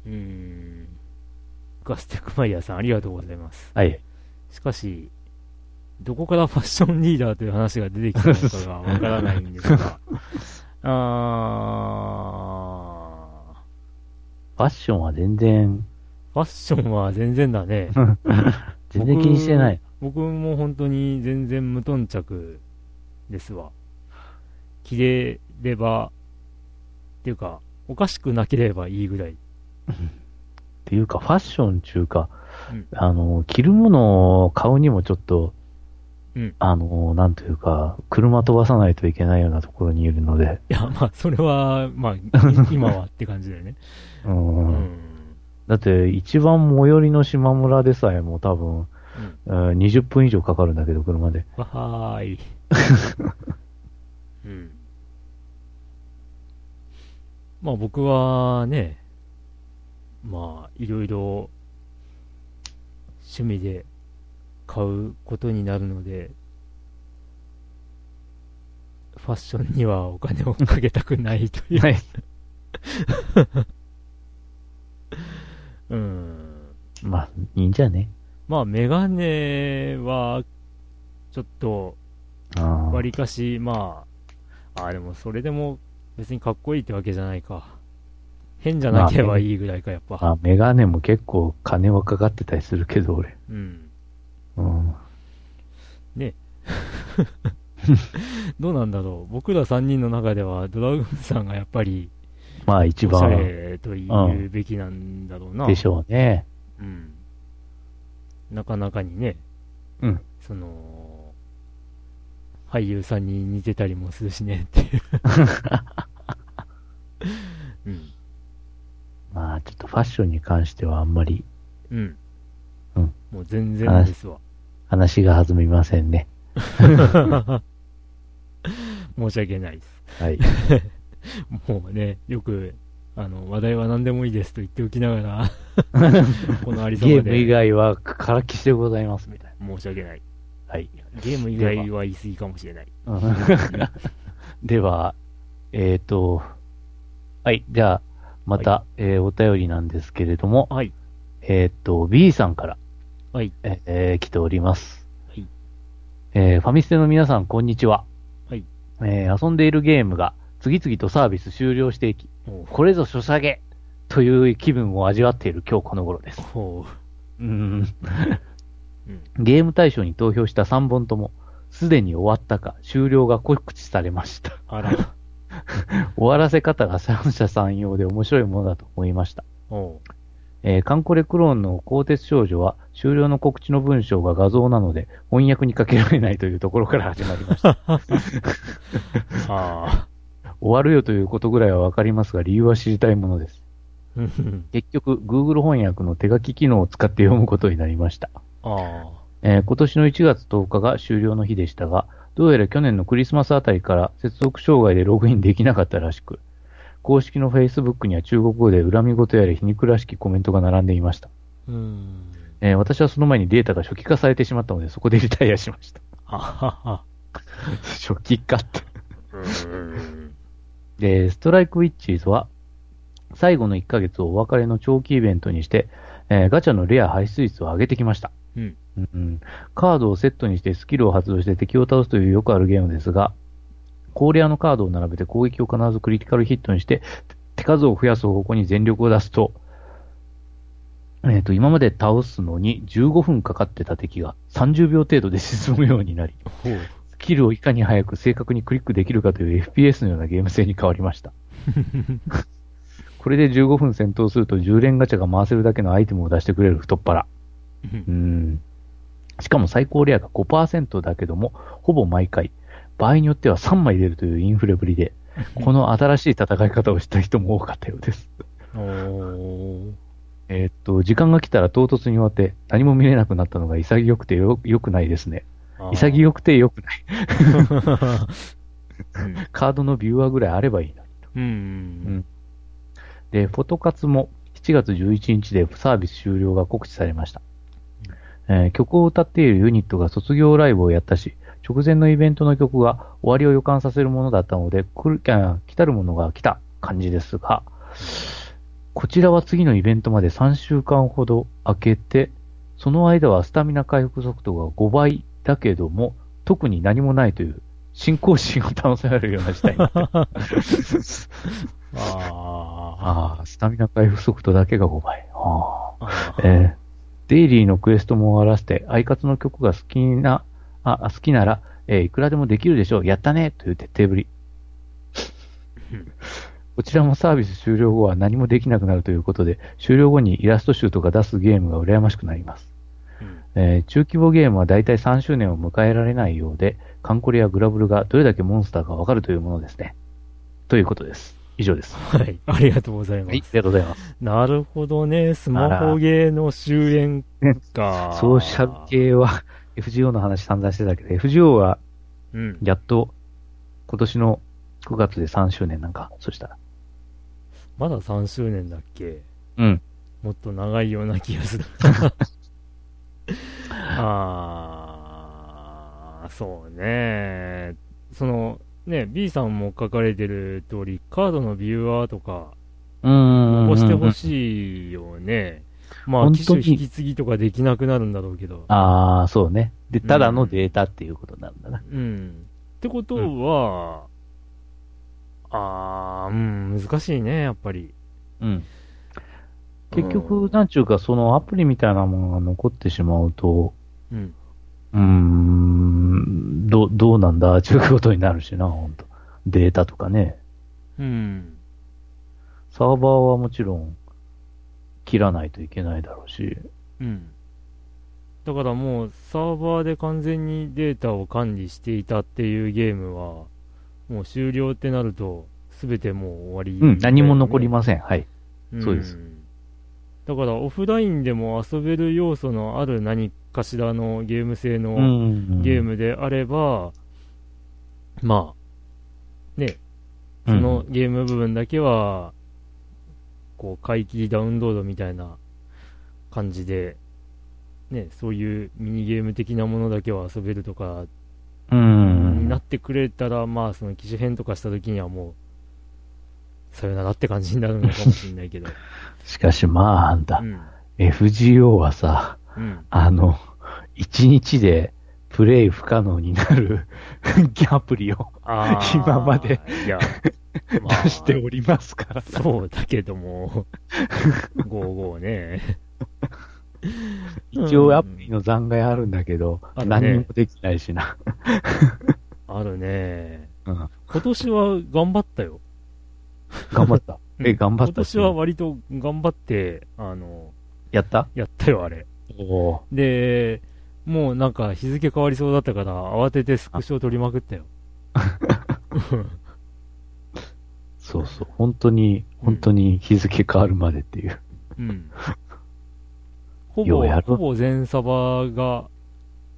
Speaker 1: ーん。ガステックマイヤーさん、ありがとうございます。
Speaker 2: はい。
Speaker 1: しかし、どこからファッションリーダーという話が出てきたのかがわからないんです が。あー
Speaker 2: ファッションは全然、
Speaker 1: ファッションは全然だね。
Speaker 2: 全然気にしてない。
Speaker 1: 僕も本当に全然無頓着ですわ。着れれば、っていうか、おかしくなければいいぐらい。
Speaker 2: っていうか、ファッション中か、
Speaker 1: うん
Speaker 2: あの、着るものを買うにもちょっと、
Speaker 1: うん
Speaker 2: あの、なんというか、車飛ばさないといけないようなところにいるので、
Speaker 1: いや、まあ、それは、まあ、い 今はって感じだよね。
Speaker 2: うん
Speaker 1: うん。
Speaker 2: だって、一番最寄りの島村でさえも多分、うん20分以上かかるんだけど、車で。
Speaker 1: わはーい。うん。まあ僕はね、まあいろいろ趣味で買うことになるので、ファッションにはお金をかけたくないという。
Speaker 2: はい。
Speaker 1: うん。
Speaker 2: まあ、いいんじゃね。
Speaker 1: まあメガネはちょっと
Speaker 2: あ
Speaker 1: わ
Speaker 2: あ。
Speaker 1: りかし、まあ、あーでもそれでも別にかっこいいってわけじゃないか。変じゃなければいいぐらいか、やっぱ。
Speaker 2: まあ、メガネも結構金はかかってたりするけど、俺。
Speaker 1: うん。
Speaker 2: うん。
Speaker 1: どうなんだろう。僕ら3人の中では、ドラグーンさんがやっぱり、
Speaker 2: まあ、一
Speaker 1: おしゃ
Speaker 2: 番
Speaker 1: れと言うべきなんだろうな。
Speaker 2: でしょうね。
Speaker 1: うん。なかなかにね、
Speaker 2: うん
Speaker 1: その、俳優さんに似てたりもするしね、ってい う。うん。
Speaker 2: まあ、ちょっとファッションに関してはあんまり
Speaker 1: うん。
Speaker 2: うん
Speaker 1: もう全然ですわ。
Speaker 2: 話が弾みませんね。
Speaker 1: 申し訳ないです。
Speaker 2: はい。
Speaker 1: もうね、よく、あの、話題は何でもいいですと言っておきなが ら、このありさ
Speaker 2: ゲ
Speaker 1: ま
Speaker 2: ーム以
Speaker 1: で
Speaker 2: 外はからっきしでござ いますみたい
Speaker 1: 申し訳ない。
Speaker 2: な。はい。
Speaker 1: ゲーム以外は言い過ぎかもしれない。
Speaker 2: では、えっ、と、はい、じゃあ、また、えーお便りなんですけれども、
Speaker 1: はい。
Speaker 2: えっ、と、B さんから、
Speaker 1: はい。
Speaker 2: えー来ております。
Speaker 1: はい
Speaker 2: えーファミステの皆さん、こんにちは。
Speaker 1: はい。
Speaker 2: えー遊んでいるゲームが次々とサービス終了していき、
Speaker 1: ほ
Speaker 2: これぞ初下げという気分を味わっている今日この頃です
Speaker 1: う。。ほ
Speaker 2: うん
Speaker 1: う。うん。
Speaker 2: ゲーム大賞に投票した3本とも、すでに終わったか、終了が告知されました。
Speaker 1: あら。
Speaker 2: 終わらせ方が三者三様で面白いものだと思いました。
Speaker 1: ほ
Speaker 2: えーカンコレクローンの鋼鉄少女は終了の告知の文章が画像なので翻訳にかけられないというところから始まり ました。
Speaker 1: う。はあ。
Speaker 2: 終わるよということぐらいはわかりますが理由は知りたいものです。
Speaker 1: うん
Speaker 2: 結局、Google 翻訳の手書き機能を使って読むことになりました。
Speaker 1: ああ。
Speaker 2: えー今年の1月10日が終了の日でしたが、どうやら去年のクリスマスあたりから接続障害でログインできなかったらしく、公式の Facebook には中国語で恨み事やら皮肉らしきコメントが並んでいました。
Speaker 1: うん。
Speaker 2: えー私はその前にデータが初期化されてしまったので、そこでリタイアしました。
Speaker 1: あはは。
Speaker 2: 初期化って。
Speaker 1: うん。
Speaker 2: で、ストライクウィッチーズは、最後の1ヶ月をお別れの長期イベントにして、えーガチャのレア排出率を上げてきました。
Speaker 1: うん
Speaker 2: うんカードをセットにしてスキルを発動して敵を倒すというよくあるゲームですが、高レアのカードを並べて攻撃を必ずクリティカルヒットにして、手数を増やす方向に全力を出すと、えっ、と、今まで倒すのに15分かかってた敵が30秒程度で沈むようになり、
Speaker 1: ほう。
Speaker 2: スキルをいかに早く正確にクリックできるかという FPS のようなゲーム性に変わりま した。これで15分戦闘すると10連ガチャが回せるだけのアイテムを出してくれる太っ腹。うーん。しかも最高レアが5%だけども、ほぼ毎回、場合によっては3枚出るというインフレぶ りで、この新しい戦い方をした人も多かったようです。
Speaker 1: おー。
Speaker 2: えーっと、時間が来たら唐突に終わって何も見れなくなったのが潔くてよ良くないですね。
Speaker 1: あー
Speaker 2: 潔くて良くない。
Speaker 1: うん
Speaker 2: カードのビューアーぐらいあればいいな。
Speaker 1: う
Speaker 2: うんん。で、フォト活も7月11日でサービス終了が告知されました。えー曲を歌っているユニットが卒業ライブをやったし、直前のイベントの曲が終わりを予感させるものだったので、来るあ来たるものが来た感じですが、こちらは次のイベントまで3週間ほど空けて、その間はスタミナ回復速度が5倍だけども、特に何もないという、信仰心を保たれるような事態になって
Speaker 1: あ
Speaker 2: ああ、スタミナ回復速度だけが5倍。あ
Speaker 1: あ。
Speaker 2: あえーデイリーのクエストも終わらせて、アイカツの曲が好きな、あ好きなら、えーいくらでもできるでしょう。やったねという徹底ぶり。こちらもサービス終了後は何もできなくなるということで、終了後にイラスト集とか出すゲームが羨ましくなります。
Speaker 1: うん
Speaker 2: えー中規模ゲームは大体3周年を迎えられないようで、カンコレやグラブルがどれだけモンスターかわかるというものですね。ということです。以上です。あ
Speaker 1: はい。ありがとうございます。
Speaker 2: りがとうございます。
Speaker 1: なるほどね。スマホゲーの終焉か。
Speaker 2: ソーシャル系は FGO の話散々してたけど、FGO は
Speaker 1: うん。
Speaker 2: やっと今年の9月で3周年なんか、そしたら。
Speaker 1: まだ3周年だっけ
Speaker 2: うん。
Speaker 1: もっと長いような気が する。あー、そうね。その、ね、B さんも書かれてる通り、カードのビューアーとか、
Speaker 2: うーん。
Speaker 1: 残してほ
Speaker 2: い。
Speaker 1: しいよね。まあ、
Speaker 2: 本
Speaker 1: 機
Speaker 2: 当
Speaker 1: 種
Speaker 2: に
Speaker 1: 引き継ぎとかできなくなるんだろうけど。
Speaker 2: ああ、そうね。で、ただのデータっていうことなんだな。
Speaker 1: うん。ってことは、あー、うん、難しいね、やっぱり。
Speaker 2: うん。結局、なんちゅうか、そのアプリみたいなものが残ってしまうと、
Speaker 1: うん。
Speaker 2: うーん、どう、どうなんだ、ちゅうことになるしな、本当データとかね。
Speaker 1: うん。
Speaker 2: サーバーはもちろん、切らないといけないだろうし。
Speaker 1: うん。だからもう、サーバーで完全にデータを管理していたっていうゲームは、もう終了ってなると、すべてもう終わり、
Speaker 2: うん、何も残り
Speaker 1: ま
Speaker 2: ません。はい。そうです。
Speaker 1: だから、オフラインでも遊べる要素のある何かしらのゲーム性の、
Speaker 2: ん
Speaker 1: ゲー。ムであれば、まあ、ね、
Speaker 2: う
Speaker 1: そ
Speaker 2: ん
Speaker 1: のゲーム部分だけは、こう、買い切りダウンロードみたいな感じで、ね、そういうミニゲーム的なものだけは遊べるとか、
Speaker 2: うん。
Speaker 1: になってくれたら、まあ、その機種変とかした時にはもう、さよならって感じになるのかもしれない けど。
Speaker 2: しかしまあ、あんた
Speaker 1: う、ん。
Speaker 2: FGO はさ、
Speaker 1: うん。
Speaker 2: あの、1日でプレイ不可能になる アプリを
Speaker 1: あー
Speaker 2: 今まで、
Speaker 1: い や、まあ
Speaker 2: 出しておりますから。
Speaker 1: そうだけども、55ね。
Speaker 2: 一応アプリの残骸あるんだけど、
Speaker 1: あるね
Speaker 2: 何にもできないしな。
Speaker 1: あるね。
Speaker 2: うん
Speaker 1: 今年は頑張ったよ。
Speaker 2: 頑張った。
Speaker 1: う
Speaker 2: え、
Speaker 1: ん
Speaker 2: 頑張った。
Speaker 1: 今年は割と頑張って、あの、
Speaker 2: やった
Speaker 1: やったよ、あれ。
Speaker 2: おー
Speaker 1: で、もうなんか日付変わりそうだったから、慌ててスクショ取りまくったよ。
Speaker 2: そうそう。本当に、本当に日付変わるまでっていう。
Speaker 1: うん。 ほ
Speaker 2: ようや
Speaker 1: ぼ、
Speaker 2: る
Speaker 1: ほぼ全サバが、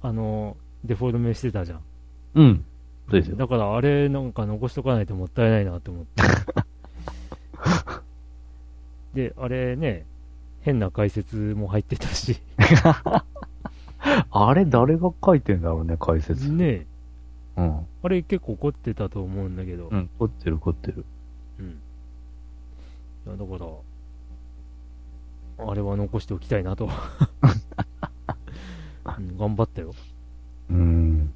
Speaker 1: あの、デフォルメしてたじゃん。
Speaker 2: うん。そうですよ。
Speaker 1: だからあれなんか残しとかないともったいないなと思 って。で、あれね、変な解説も入ってたし。
Speaker 2: あれ、誰が書いてんだろうね、解説。
Speaker 1: ねえ
Speaker 2: うん。
Speaker 1: あれ結構凝ってたと思うんだけど。
Speaker 2: うん。凝ってる凝ってる。
Speaker 1: うん。いや、だから、あれは残しておきたいな と。うん頑張ったよ。
Speaker 2: うん。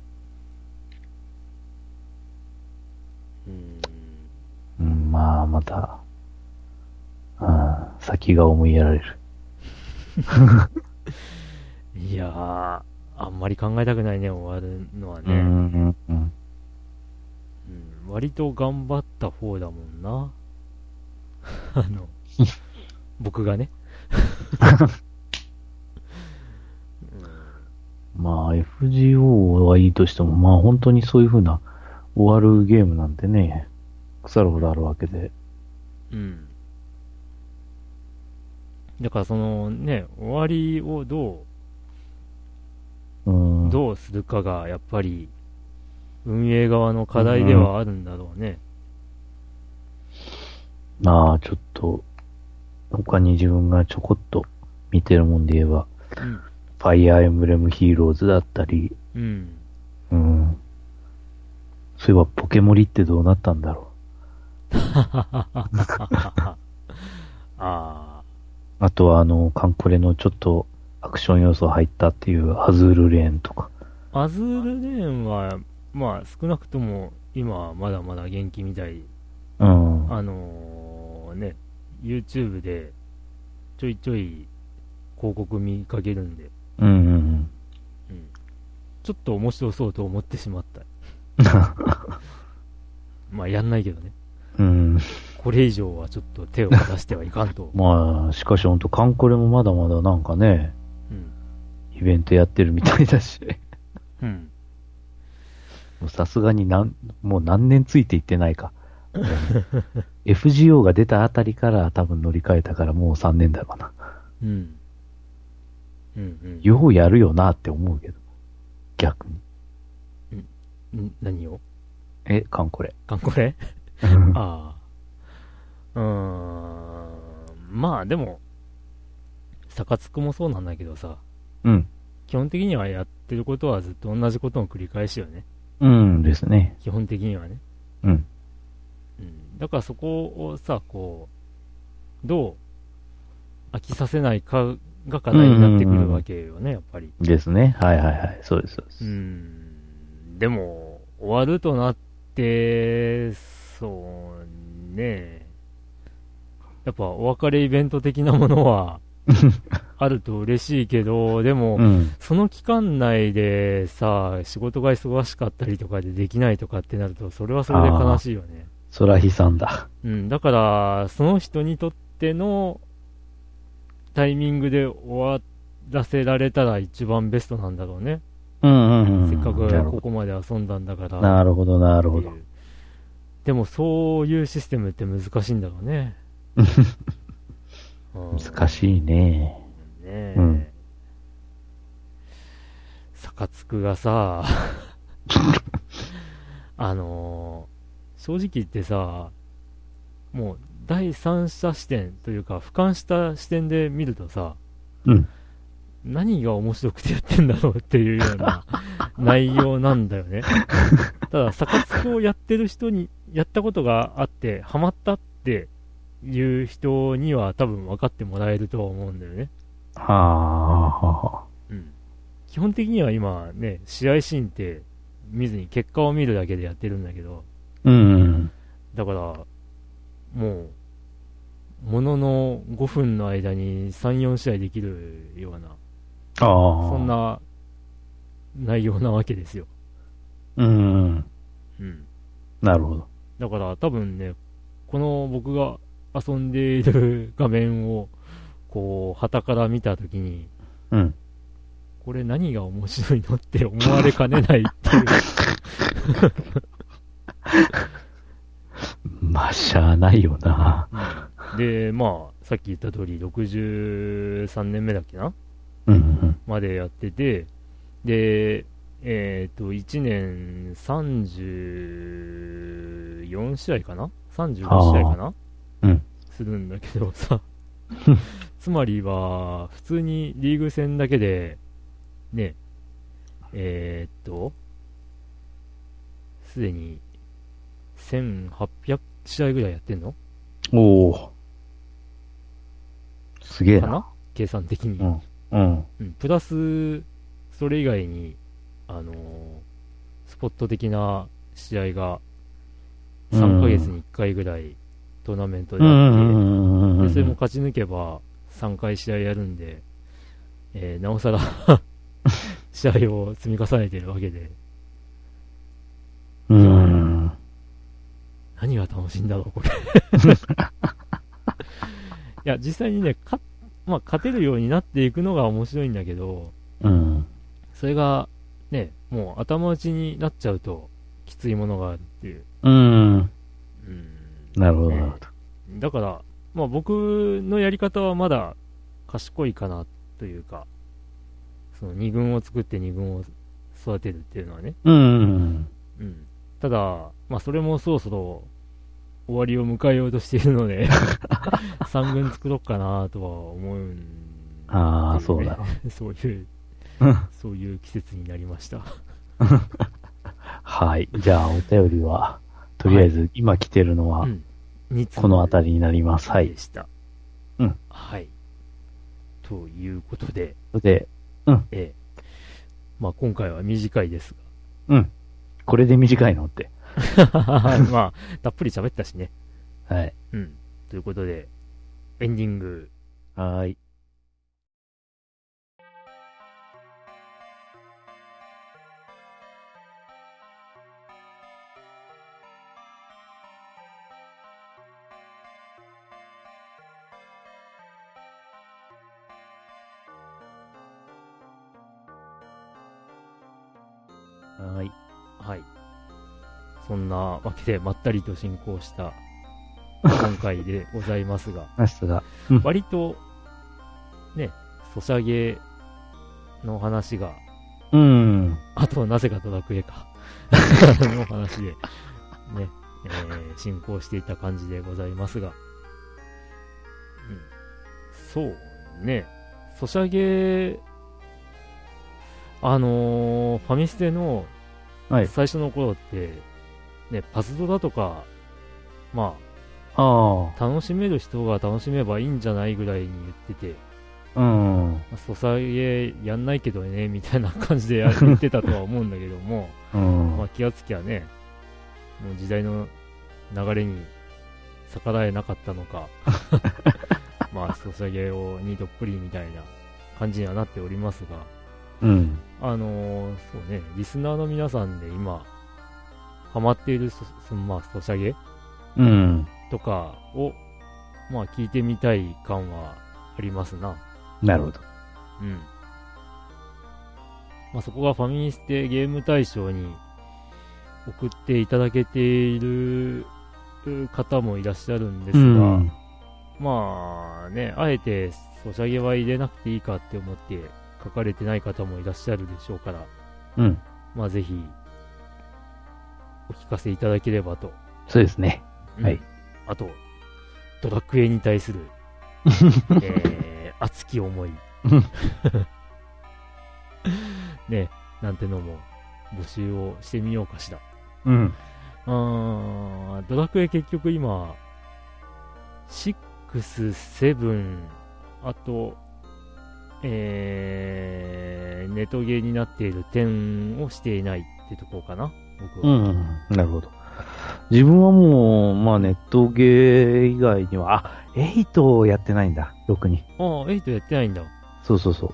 Speaker 1: うん。
Speaker 2: うん、まあ、また、うん、先が思いやられる。
Speaker 1: いやー、あんまり考えたくないね、終わるのは
Speaker 2: う
Speaker 1: ね。うん
Speaker 2: ん、うん、うん。
Speaker 1: 割と頑張った方だもんな。 あの、僕がね。
Speaker 2: まあ、FGO はいいとしても、まあ、本当にそういう風な終わるゲームなんてね、腐るほどあるわけで。
Speaker 1: うん。だからそのね、終わりをどう
Speaker 2: うん。
Speaker 1: どうするかがやっぱり運営側の課題ではあるんだろうね。
Speaker 2: まあ、ちょっと、他に自分がちょこっと見てるもんで言えば、
Speaker 1: うん
Speaker 2: ファイアーエンブレムヒーローズだったり、
Speaker 1: うん。
Speaker 2: うん。そういえば、ポケモリってどうなったんだろ
Speaker 1: ああ
Speaker 2: う。あとは、あの、カンコレのちょっとアクション要素入ったっていうアズールレーンとか。
Speaker 1: ー。アズールレーンは、まあ少なくとも今はまだまだ元気みたい。
Speaker 2: うん。
Speaker 1: あのーね、YouTube でちょいちょい広告見かけるんで、
Speaker 2: うんうん
Speaker 1: うん。ちょっと面白そうと思ってしまった。まあやんないけどね。
Speaker 2: うん。うん。
Speaker 1: これ以上はちょっと手を出してはいかんと。
Speaker 2: まあ、しかし本当カンコレもまだまだなんかね、
Speaker 1: うん。
Speaker 2: イベントやってるみたいだし、
Speaker 1: うん。
Speaker 2: もうさすがになん、もう何年ついていってないか。 FGO が出たあたりから多分乗り換えたからもう3年だろうな。
Speaker 1: うん。うんうん。
Speaker 2: ようやるよなって思うけど。逆に。
Speaker 1: ん何を
Speaker 2: え、カンコレ。
Speaker 1: 観光で
Speaker 2: うん
Speaker 1: ああ。うーん。まあでも、サカツクもそうなんだけどさ、
Speaker 2: うん。
Speaker 1: 基本的にはやってることはずっと同じことの繰り返しよね。
Speaker 2: うんですね。
Speaker 1: 基本的にはね。
Speaker 2: うん。
Speaker 1: うん、だからそこをさ、こう、どう飽きさせないかが課題になってくるわけよね、やっぱり。
Speaker 2: ですね。はいはいはい。そうです。そう
Speaker 1: う
Speaker 2: です
Speaker 1: ん、でも、終わるとなって、そうね、やっぱお別れイベント的なものはあると嬉しいけど、でも、
Speaker 2: うん。
Speaker 1: その期間内でさ、仕事が忙しかったりとかでできないとかってなると、それはそれで悲しいよね。
Speaker 2: そら悲惨だ。
Speaker 1: うん、だから、その人にとってのタイミングで終わらせられたら一番ベストなんだろうね。
Speaker 2: うんうんうん。
Speaker 1: せっかく
Speaker 2: なる
Speaker 1: こ
Speaker 2: ほ
Speaker 1: こまで遊んだんだから。
Speaker 2: ど。なるほど、なるほど
Speaker 1: って。いうでも、そういうシステムって難しいんだろう ね。
Speaker 2: 難しいね。
Speaker 1: い。ね
Speaker 2: うん
Speaker 1: サカツクがさ、 あのー正直言ってさ、もう第三者視点というか、俯瞰した視点で見るとさ、
Speaker 2: うん。
Speaker 1: 何が面白くてやってんだろうっていうよう な内容なんだよね。ただ、サカツクをやってる人に、やったことがあって、ハマったっていう人には多分分かってもらえるとは思うんだよね。
Speaker 2: はあは
Speaker 1: うん。基本的には今ね、試合シーンって見ずに結果を見るだけでやってるんだけど、
Speaker 2: あ。うん。
Speaker 1: だから、もう、ものの5分の間に3、4試合できるような、
Speaker 2: ああ。
Speaker 1: そん。な内容なわけですよ。
Speaker 2: うん。
Speaker 1: うん。
Speaker 2: なるほど。
Speaker 1: だから多分ね、この僕が遊んでいる画面を、こう、旗から見たときに、
Speaker 2: うん。
Speaker 1: これ何が面白いのって思われかねないっていう。
Speaker 2: まあ、しゃあないよな。
Speaker 1: で、まあ、さっき言った通り、63年目だっけな
Speaker 2: うん。
Speaker 1: までやってて、で、えっ、と、1年34試合かな ?35 試合かな
Speaker 2: あーうん
Speaker 1: するんだけどさ、 つまりは、普通にリーグ戦だけで、ね、えっ、と、すでに1800試合ぐらいやってんの
Speaker 2: うん。おお。すげえ
Speaker 1: か
Speaker 2: な。
Speaker 1: な計算的に。
Speaker 2: うん。
Speaker 1: うん、プラス、それ以外に、あのースポット的な試合が3ヶ月に1回ぐらいトーナメント
Speaker 2: う
Speaker 1: であって、
Speaker 2: ん。
Speaker 1: でそれも勝ち抜けば3回試合やるんで、えーなおさら 試合を積み重ねてるわけで、
Speaker 2: うん。
Speaker 1: 何が楽しいんだろう、 これ。いや、実際にね、勝まあ、勝てるようになっていくのが面白いんだけど、
Speaker 2: うん。
Speaker 1: それが、ね、もう頭打ちになっちゃうと、きついものがあるっていう。
Speaker 2: うん。
Speaker 1: うん
Speaker 2: なるほど、なるほど。
Speaker 1: だから、まあ僕のやり方はまだ賢いかなというか、その二軍を作って二軍を育てるっていうのはね。
Speaker 2: うん。
Speaker 1: うん。ただ、まあそれもそろそろ終わりを迎えようとしているの で、三軍作ろうかなとは思うん。
Speaker 2: ああ、そうだ。
Speaker 1: そういう、そういう季節になりま した。
Speaker 2: はい。じゃあ、お便りは、とりあえず、今来てるのは
Speaker 1: う、ん。二つ
Speaker 2: この辺りになります。はい
Speaker 1: で。した。
Speaker 2: うん
Speaker 1: はい。ということで、
Speaker 2: で、
Speaker 1: えーまあ、今回は短いです
Speaker 2: うん。これで短いのって。
Speaker 1: が、 まあ、たっぷり喋ったしね。
Speaker 2: はい。
Speaker 1: うん。ということで、エンディング。
Speaker 2: はい。はい。
Speaker 1: はい。そんなわけでまったりと進行した今回でございますが、
Speaker 2: ましたが。
Speaker 1: 割と、ね、ソシャゲの話が、
Speaker 2: うん。
Speaker 1: あとはなぜかドラクエか、の話で、ね、えー進行していた感じでございますが、うん、そうね、ソシャゲ、あのーファミステの
Speaker 2: はい。
Speaker 1: 最初の頃って、ね、パズドラとか、ま
Speaker 2: あ
Speaker 1: あ、楽しめる人が楽しめばいいんじゃないぐらいに言ってて、
Speaker 2: あ。うん。
Speaker 1: まあ、ソサゲやんないけどね、 みたいな感じでや言ってたとは思うんだけども、
Speaker 2: うん。
Speaker 1: まあ、気がつきゃね、もう時代の流れに逆らえなかったのか、まあ、ソサゲをにどっぷりみたいな感じにはなっておりますが、
Speaker 2: うん。
Speaker 1: あのーそうね、リスナーの皆さんで今、ハマっているソ、そまあ、ソシャゲ
Speaker 2: うん。
Speaker 1: とかを、まあ、聞いてみたい感はありますな。
Speaker 2: なるほど。
Speaker 1: うん。まあ、そこがファミリステゲーム大賞に送っていただけている方もいらっしゃるんですが、
Speaker 2: うん。
Speaker 1: まあね、あえてソシャゲは入れなくていいかって思って書かれてない方もいらっしゃるでしょうから、
Speaker 2: うん。
Speaker 1: まあ、ぜひ、お聞かせいただければと。
Speaker 2: そうですね。
Speaker 1: うん
Speaker 2: はい。
Speaker 1: あと、ドラクエに対す る、えー、熱き思い
Speaker 2: うん。
Speaker 1: ね、なんてのも、募集をしてみようかしら。
Speaker 2: うん。
Speaker 1: うーん、ドラクエ結局今、6、7、あと、えー、ネトゲになっている点をしていないってとこかな、僕
Speaker 2: う
Speaker 1: は。
Speaker 2: ん。なるほど。自分はもう、まあ、ネットゲー以外には、あ、8をやってないんだ。6に。
Speaker 1: ああ、8やってないんだ。
Speaker 2: そうそうそう。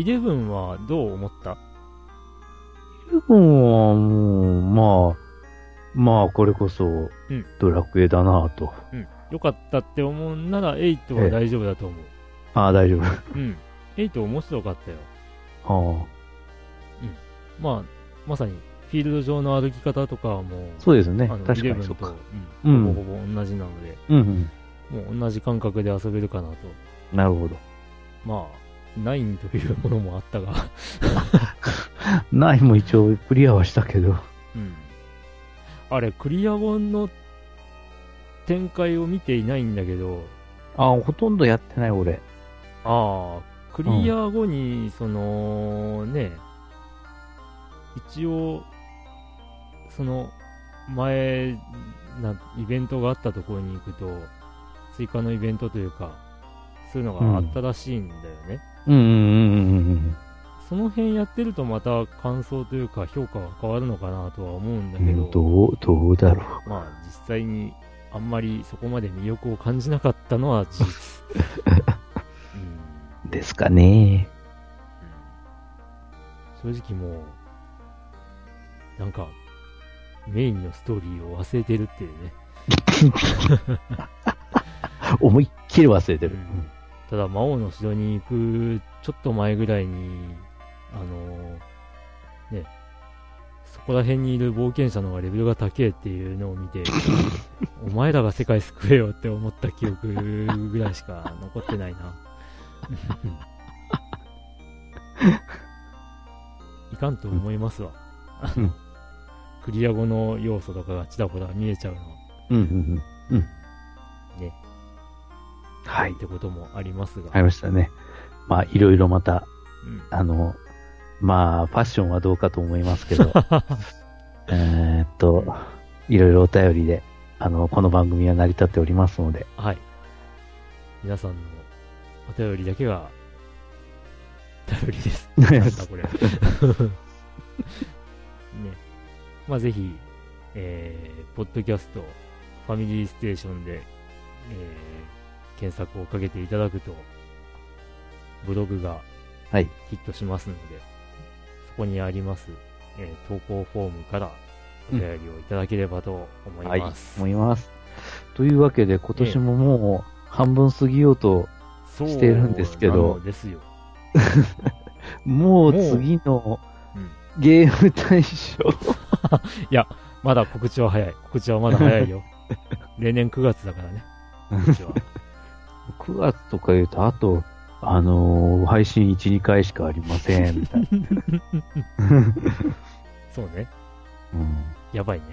Speaker 1: 11はどう思った
Speaker 2: 僕はもう、まあ、まあ、これこそ
Speaker 1: ん、
Speaker 2: ドラクエだなぁと。
Speaker 1: うん。よかったって思うなら8は大丈夫だと思う。
Speaker 2: ああ、大 丈夫。
Speaker 1: うん。8面白かったよ。
Speaker 2: ああ、
Speaker 1: まあ、まさに、フィールド上の歩き方とかはもう、
Speaker 2: そうですね。
Speaker 1: あの
Speaker 2: 確かにそう
Speaker 1: 11と
Speaker 2: か。、
Speaker 1: う、
Speaker 2: うんん
Speaker 1: ほぼほぼ同じなので、
Speaker 2: うん、
Speaker 1: もう同じ感覚で遊べるかなと。
Speaker 2: うん。なるほど。
Speaker 1: まあ、ナインというものもあったが、
Speaker 2: ないも一応クリアはしたけど。
Speaker 1: うん。あれ、クリア本の展開を見ていないんだけど、
Speaker 2: ああ、ほとんどやってない俺。
Speaker 1: ああ、クリア後に、その、ね、一応、その、前な、イベントがあったところに行くと、追加のイベントというか、そういうのがあったらしいんだよね。
Speaker 2: うん、うん、うんうん、うん。
Speaker 1: その辺やってるとまた感想というか評価は変わるのかなとは思うんだ
Speaker 2: う
Speaker 1: け
Speaker 2: ん
Speaker 1: ど、
Speaker 2: どう、どうだろ
Speaker 1: まあ実際にあんまりそこまで魅力を感じなかったのは事 実。うん
Speaker 2: う。ですかね。
Speaker 1: 正直もう、なんか、メインのストーリーを忘れてるっていうね。
Speaker 2: 思いっきり忘れてる。
Speaker 1: ただ、魔王の城に行くちょっと前ぐらいに、あのーね、そこら辺にいる冒険者の方がレベルが高えっていうのを 見て、お前らが世界救えよって思った記憶ぐらいしか残ってない な。いかんと思いますわ。
Speaker 2: うん
Speaker 1: クリア後の要素とかがちらほら見えちゃうのは
Speaker 2: うん、うん、うん。うん。
Speaker 1: ね。
Speaker 2: はい。
Speaker 1: ってこともありますが。
Speaker 2: ありましたね。まあ、いろいろまた、
Speaker 1: うん
Speaker 2: あの、まあ、ファッションはどうかと思いますけ ど、えーっと、いろいろお便りで、あの、この番組は成り立っておりますので、
Speaker 1: はい。皆さんのお便りだけが、頼りです。なんだこれ。ね。 まあ、ぜひ、えー、ポッドキャスト、ファミリーステーションで、えー、検索をかけていただくと、ブログが
Speaker 2: はい。
Speaker 1: ヒットしますので、そこにあります、えー投稿フォームからお便りをいただければと思います。
Speaker 2: 思います。というわけで、今年ももう半分過ぎようと、
Speaker 1: そう
Speaker 2: してるんですけど
Speaker 1: なのですよ。
Speaker 2: もう次の
Speaker 1: うん
Speaker 2: ゲーム対象、
Speaker 1: まだ告知は早い。告知はまだ早 いよ。例年9月だからね。告知は。
Speaker 2: 9月とか言うと、あと、あのー配信1、2回しかありま せん、みたいな。
Speaker 1: そうね。
Speaker 2: うん
Speaker 1: やばい ね。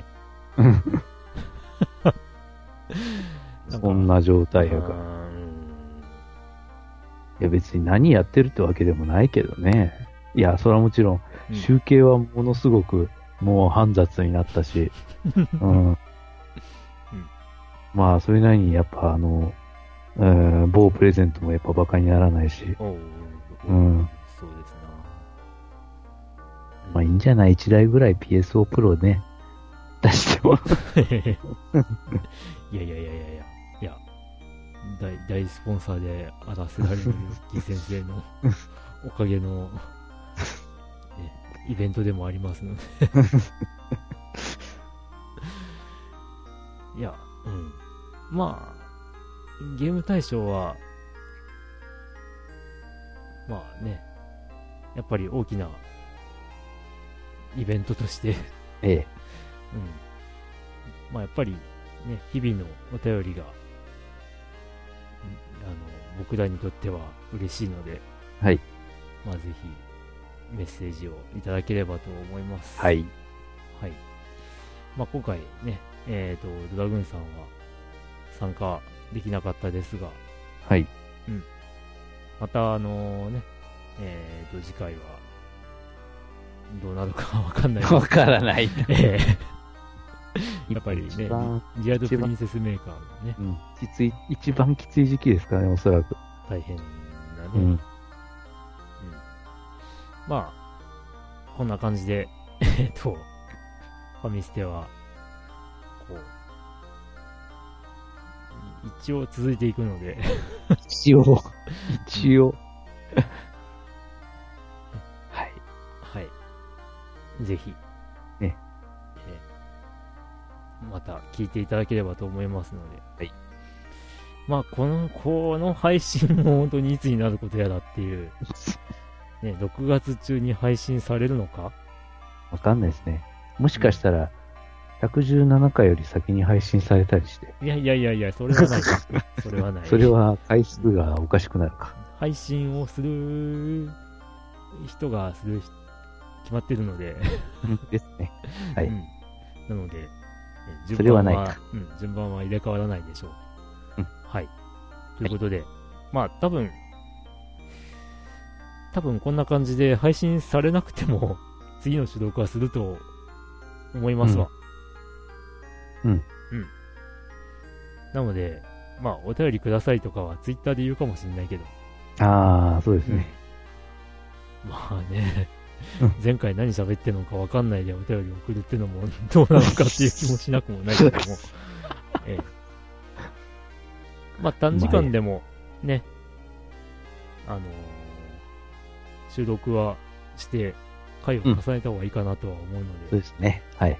Speaker 1: なんか
Speaker 2: そんな状態やから。
Speaker 1: うーん
Speaker 2: いや、別に何やってるってわけでもないけどね。いや、それはもちろん、
Speaker 1: うん
Speaker 2: 集計はものすごく、もう煩雑になった し、うん。まあ、それなりに、やっぱ、あの、うん、某プレゼントもやっぱバカにならないし、
Speaker 1: おう
Speaker 2: うん
Speaker 1: そうですな。
Speaker 2: まあいいんじゃない ?1 台ぐらい PSO プロね、出しても。
Speaker 1: いやいやいや いやいや、いや、大大スポンサーであらせられる木先生のおかげの、ね、イベントでもありますので。いや、うん。まあ、ゲーム大賞は、まあね、やっぱり大きなイベントとして
Speaker 2: ええ。
Speaker 1: うん、まあやっぱりね、日々のお便りが、うんあの僕らにとっては嬉しいので、
Speaker 2: はい。
Speaker 1: まあぜひメッセージをいただければと思います。
Speaker 2: は。い。
Speaker 1: はい。まあ今回ね、えっ、と、ドラグーンさんは参加できなかったですが、
Speaker 2: はい。
Speaker 1: またあのね、えっ、と次回はどうなるかわかんないです
Speaker 2: わからない。
Speaker 1: ええやっぱりね
Speaker 2: 一、番、
Speaker 1: ジアードプリンセスメーカーがね、
Speaker 2: うん、きつい、一番きつい時期ですからね、おそらく。
Speaker 1: 大変だね。
Speaker 2: う
Speaker 1: うん
Speaker 2: ん。
Speaker 1: まあ、こんな感じで、えっと、ファミステは、こう、一応続いていくので、
Speaker 2: 一応、一応。 はい。
Speaker 1: はい。ぜひ、えー
Speaker 2: ね
Speaker 1: また聞いていただければと思いますので。
Speaker 2: はい。
Speaker 1: まあ、この、この配信も本当にいつになることやらっていう、ね、6月中に配信されるのか
Speaker 2: わかんないですね。もしかしたら、117回より先に配信されたりして、
Speaker 1: いやいやいやいや、それはない。 それはない。
Speaker 2: それは回数がおかしくなるか。
Speaker 1: 配信をする人がする人決まってるので、
Speaker 2: ですね。はい
Speaker 1: うんなので、え
Speaker 2: それはないか
Speaker 1: うん、順番は入れ替わらないでしょう。
Speaker 2: うん
Speaker 1: はい。ということで、まあ多分、多分こんな感じで配信されなくても、 次の収録はすると思いますわ。
Speaker 2: うん
Speaker 1: うん。なので、まあお便りくださいとかはツイッターで言うかもしれないけど、
Speaker 2: ああ、そうですね。
Speaker 1: まあね
Speaker 2: うん、
Speaker 1: 前回何喋ってるのか分かんないでお便り送るってのもどうなのかっていう気もしなくもないけども、 ええ、まあ短時間でもね、あのー収録はして、回を重ねた方がいいかなとは思うので、
Speaker 2: そうですね。はい。よ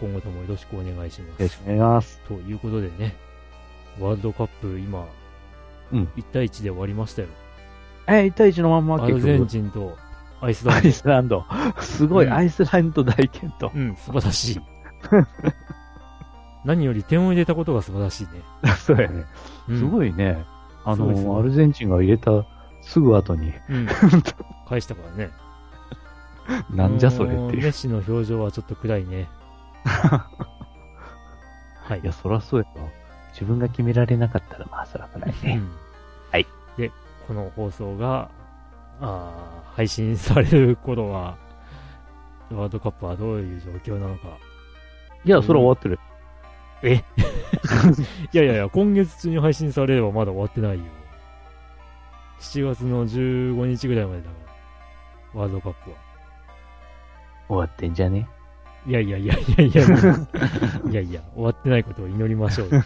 Speaker 1: 今後ともよろしくお願いします。
Speaker 2: ろしくお願いします。
Speaker 1: ということでね、ワールドカップ今、
Speaker 2: うん
Speaker 1: 1対1で終わりましたよ。
Speaker 2: えー、1対1のまんま
Speaker 1: アル
Speaker 2: 結
Speaker 1: ゼン
Speaker 2: 局。
Speaker 1: チンとアイスランド
Speaker 2: アイスランド。すごい、
Speaker 1: うん
Speaker 2: アイスランド大健闘。
Speaker 1: うん、素晴らしい。何より点を入れたことが素晴らしいね。
Speaker 2: そうやね。
Speaker 1: うん、
Speaker 2: す
Speaker 1: い。
Speaker 2: ごいね。あ
Speaker 1: すごいすご
Speaker 2: の、
Speaker 1: い
Speaker 2: アルゼンチンが入れたすぐ後に、
Speaker 1: うん、 返したからね。
Speaker 2: なんじゃそれっ
Speaker 1: も
Speaker 2: て
Speaker 1: う
Speaker 2: い
Speaker 1: メ
Speaker 2: う。
Speaker 1: ッシの表情はちょっと暗いね。はい。
Speaker 2: いや、そらそうやな。自分が決められなかったら、まあ、そらくないね。
Speaker 1: うん
Speaker 2: はい。
Speaker 1: で、この放送が、あー配信される頃は、ワールドカップはどういう状況なのか。
Speaker 2: いや、そら終わってる。
Speaker 1: えいやいやいや、今月中に配信されればまだ終わってないよ。7月の15日ぐらいまでだから、ワールドカップは。
Speaker 2: 終わってんじゃね
Speaker 1: いやいやいやいやいや、 いやいや、終わってないことを祈りましょうよ。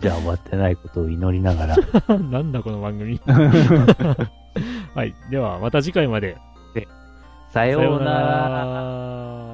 Speaker 2: じゃあ終わってないことを祈りながら。
Speaker 1: なんだこの番 組。はい、ではまた次回まで。
Speaker 2: さようなら。
Speaker 1: ら。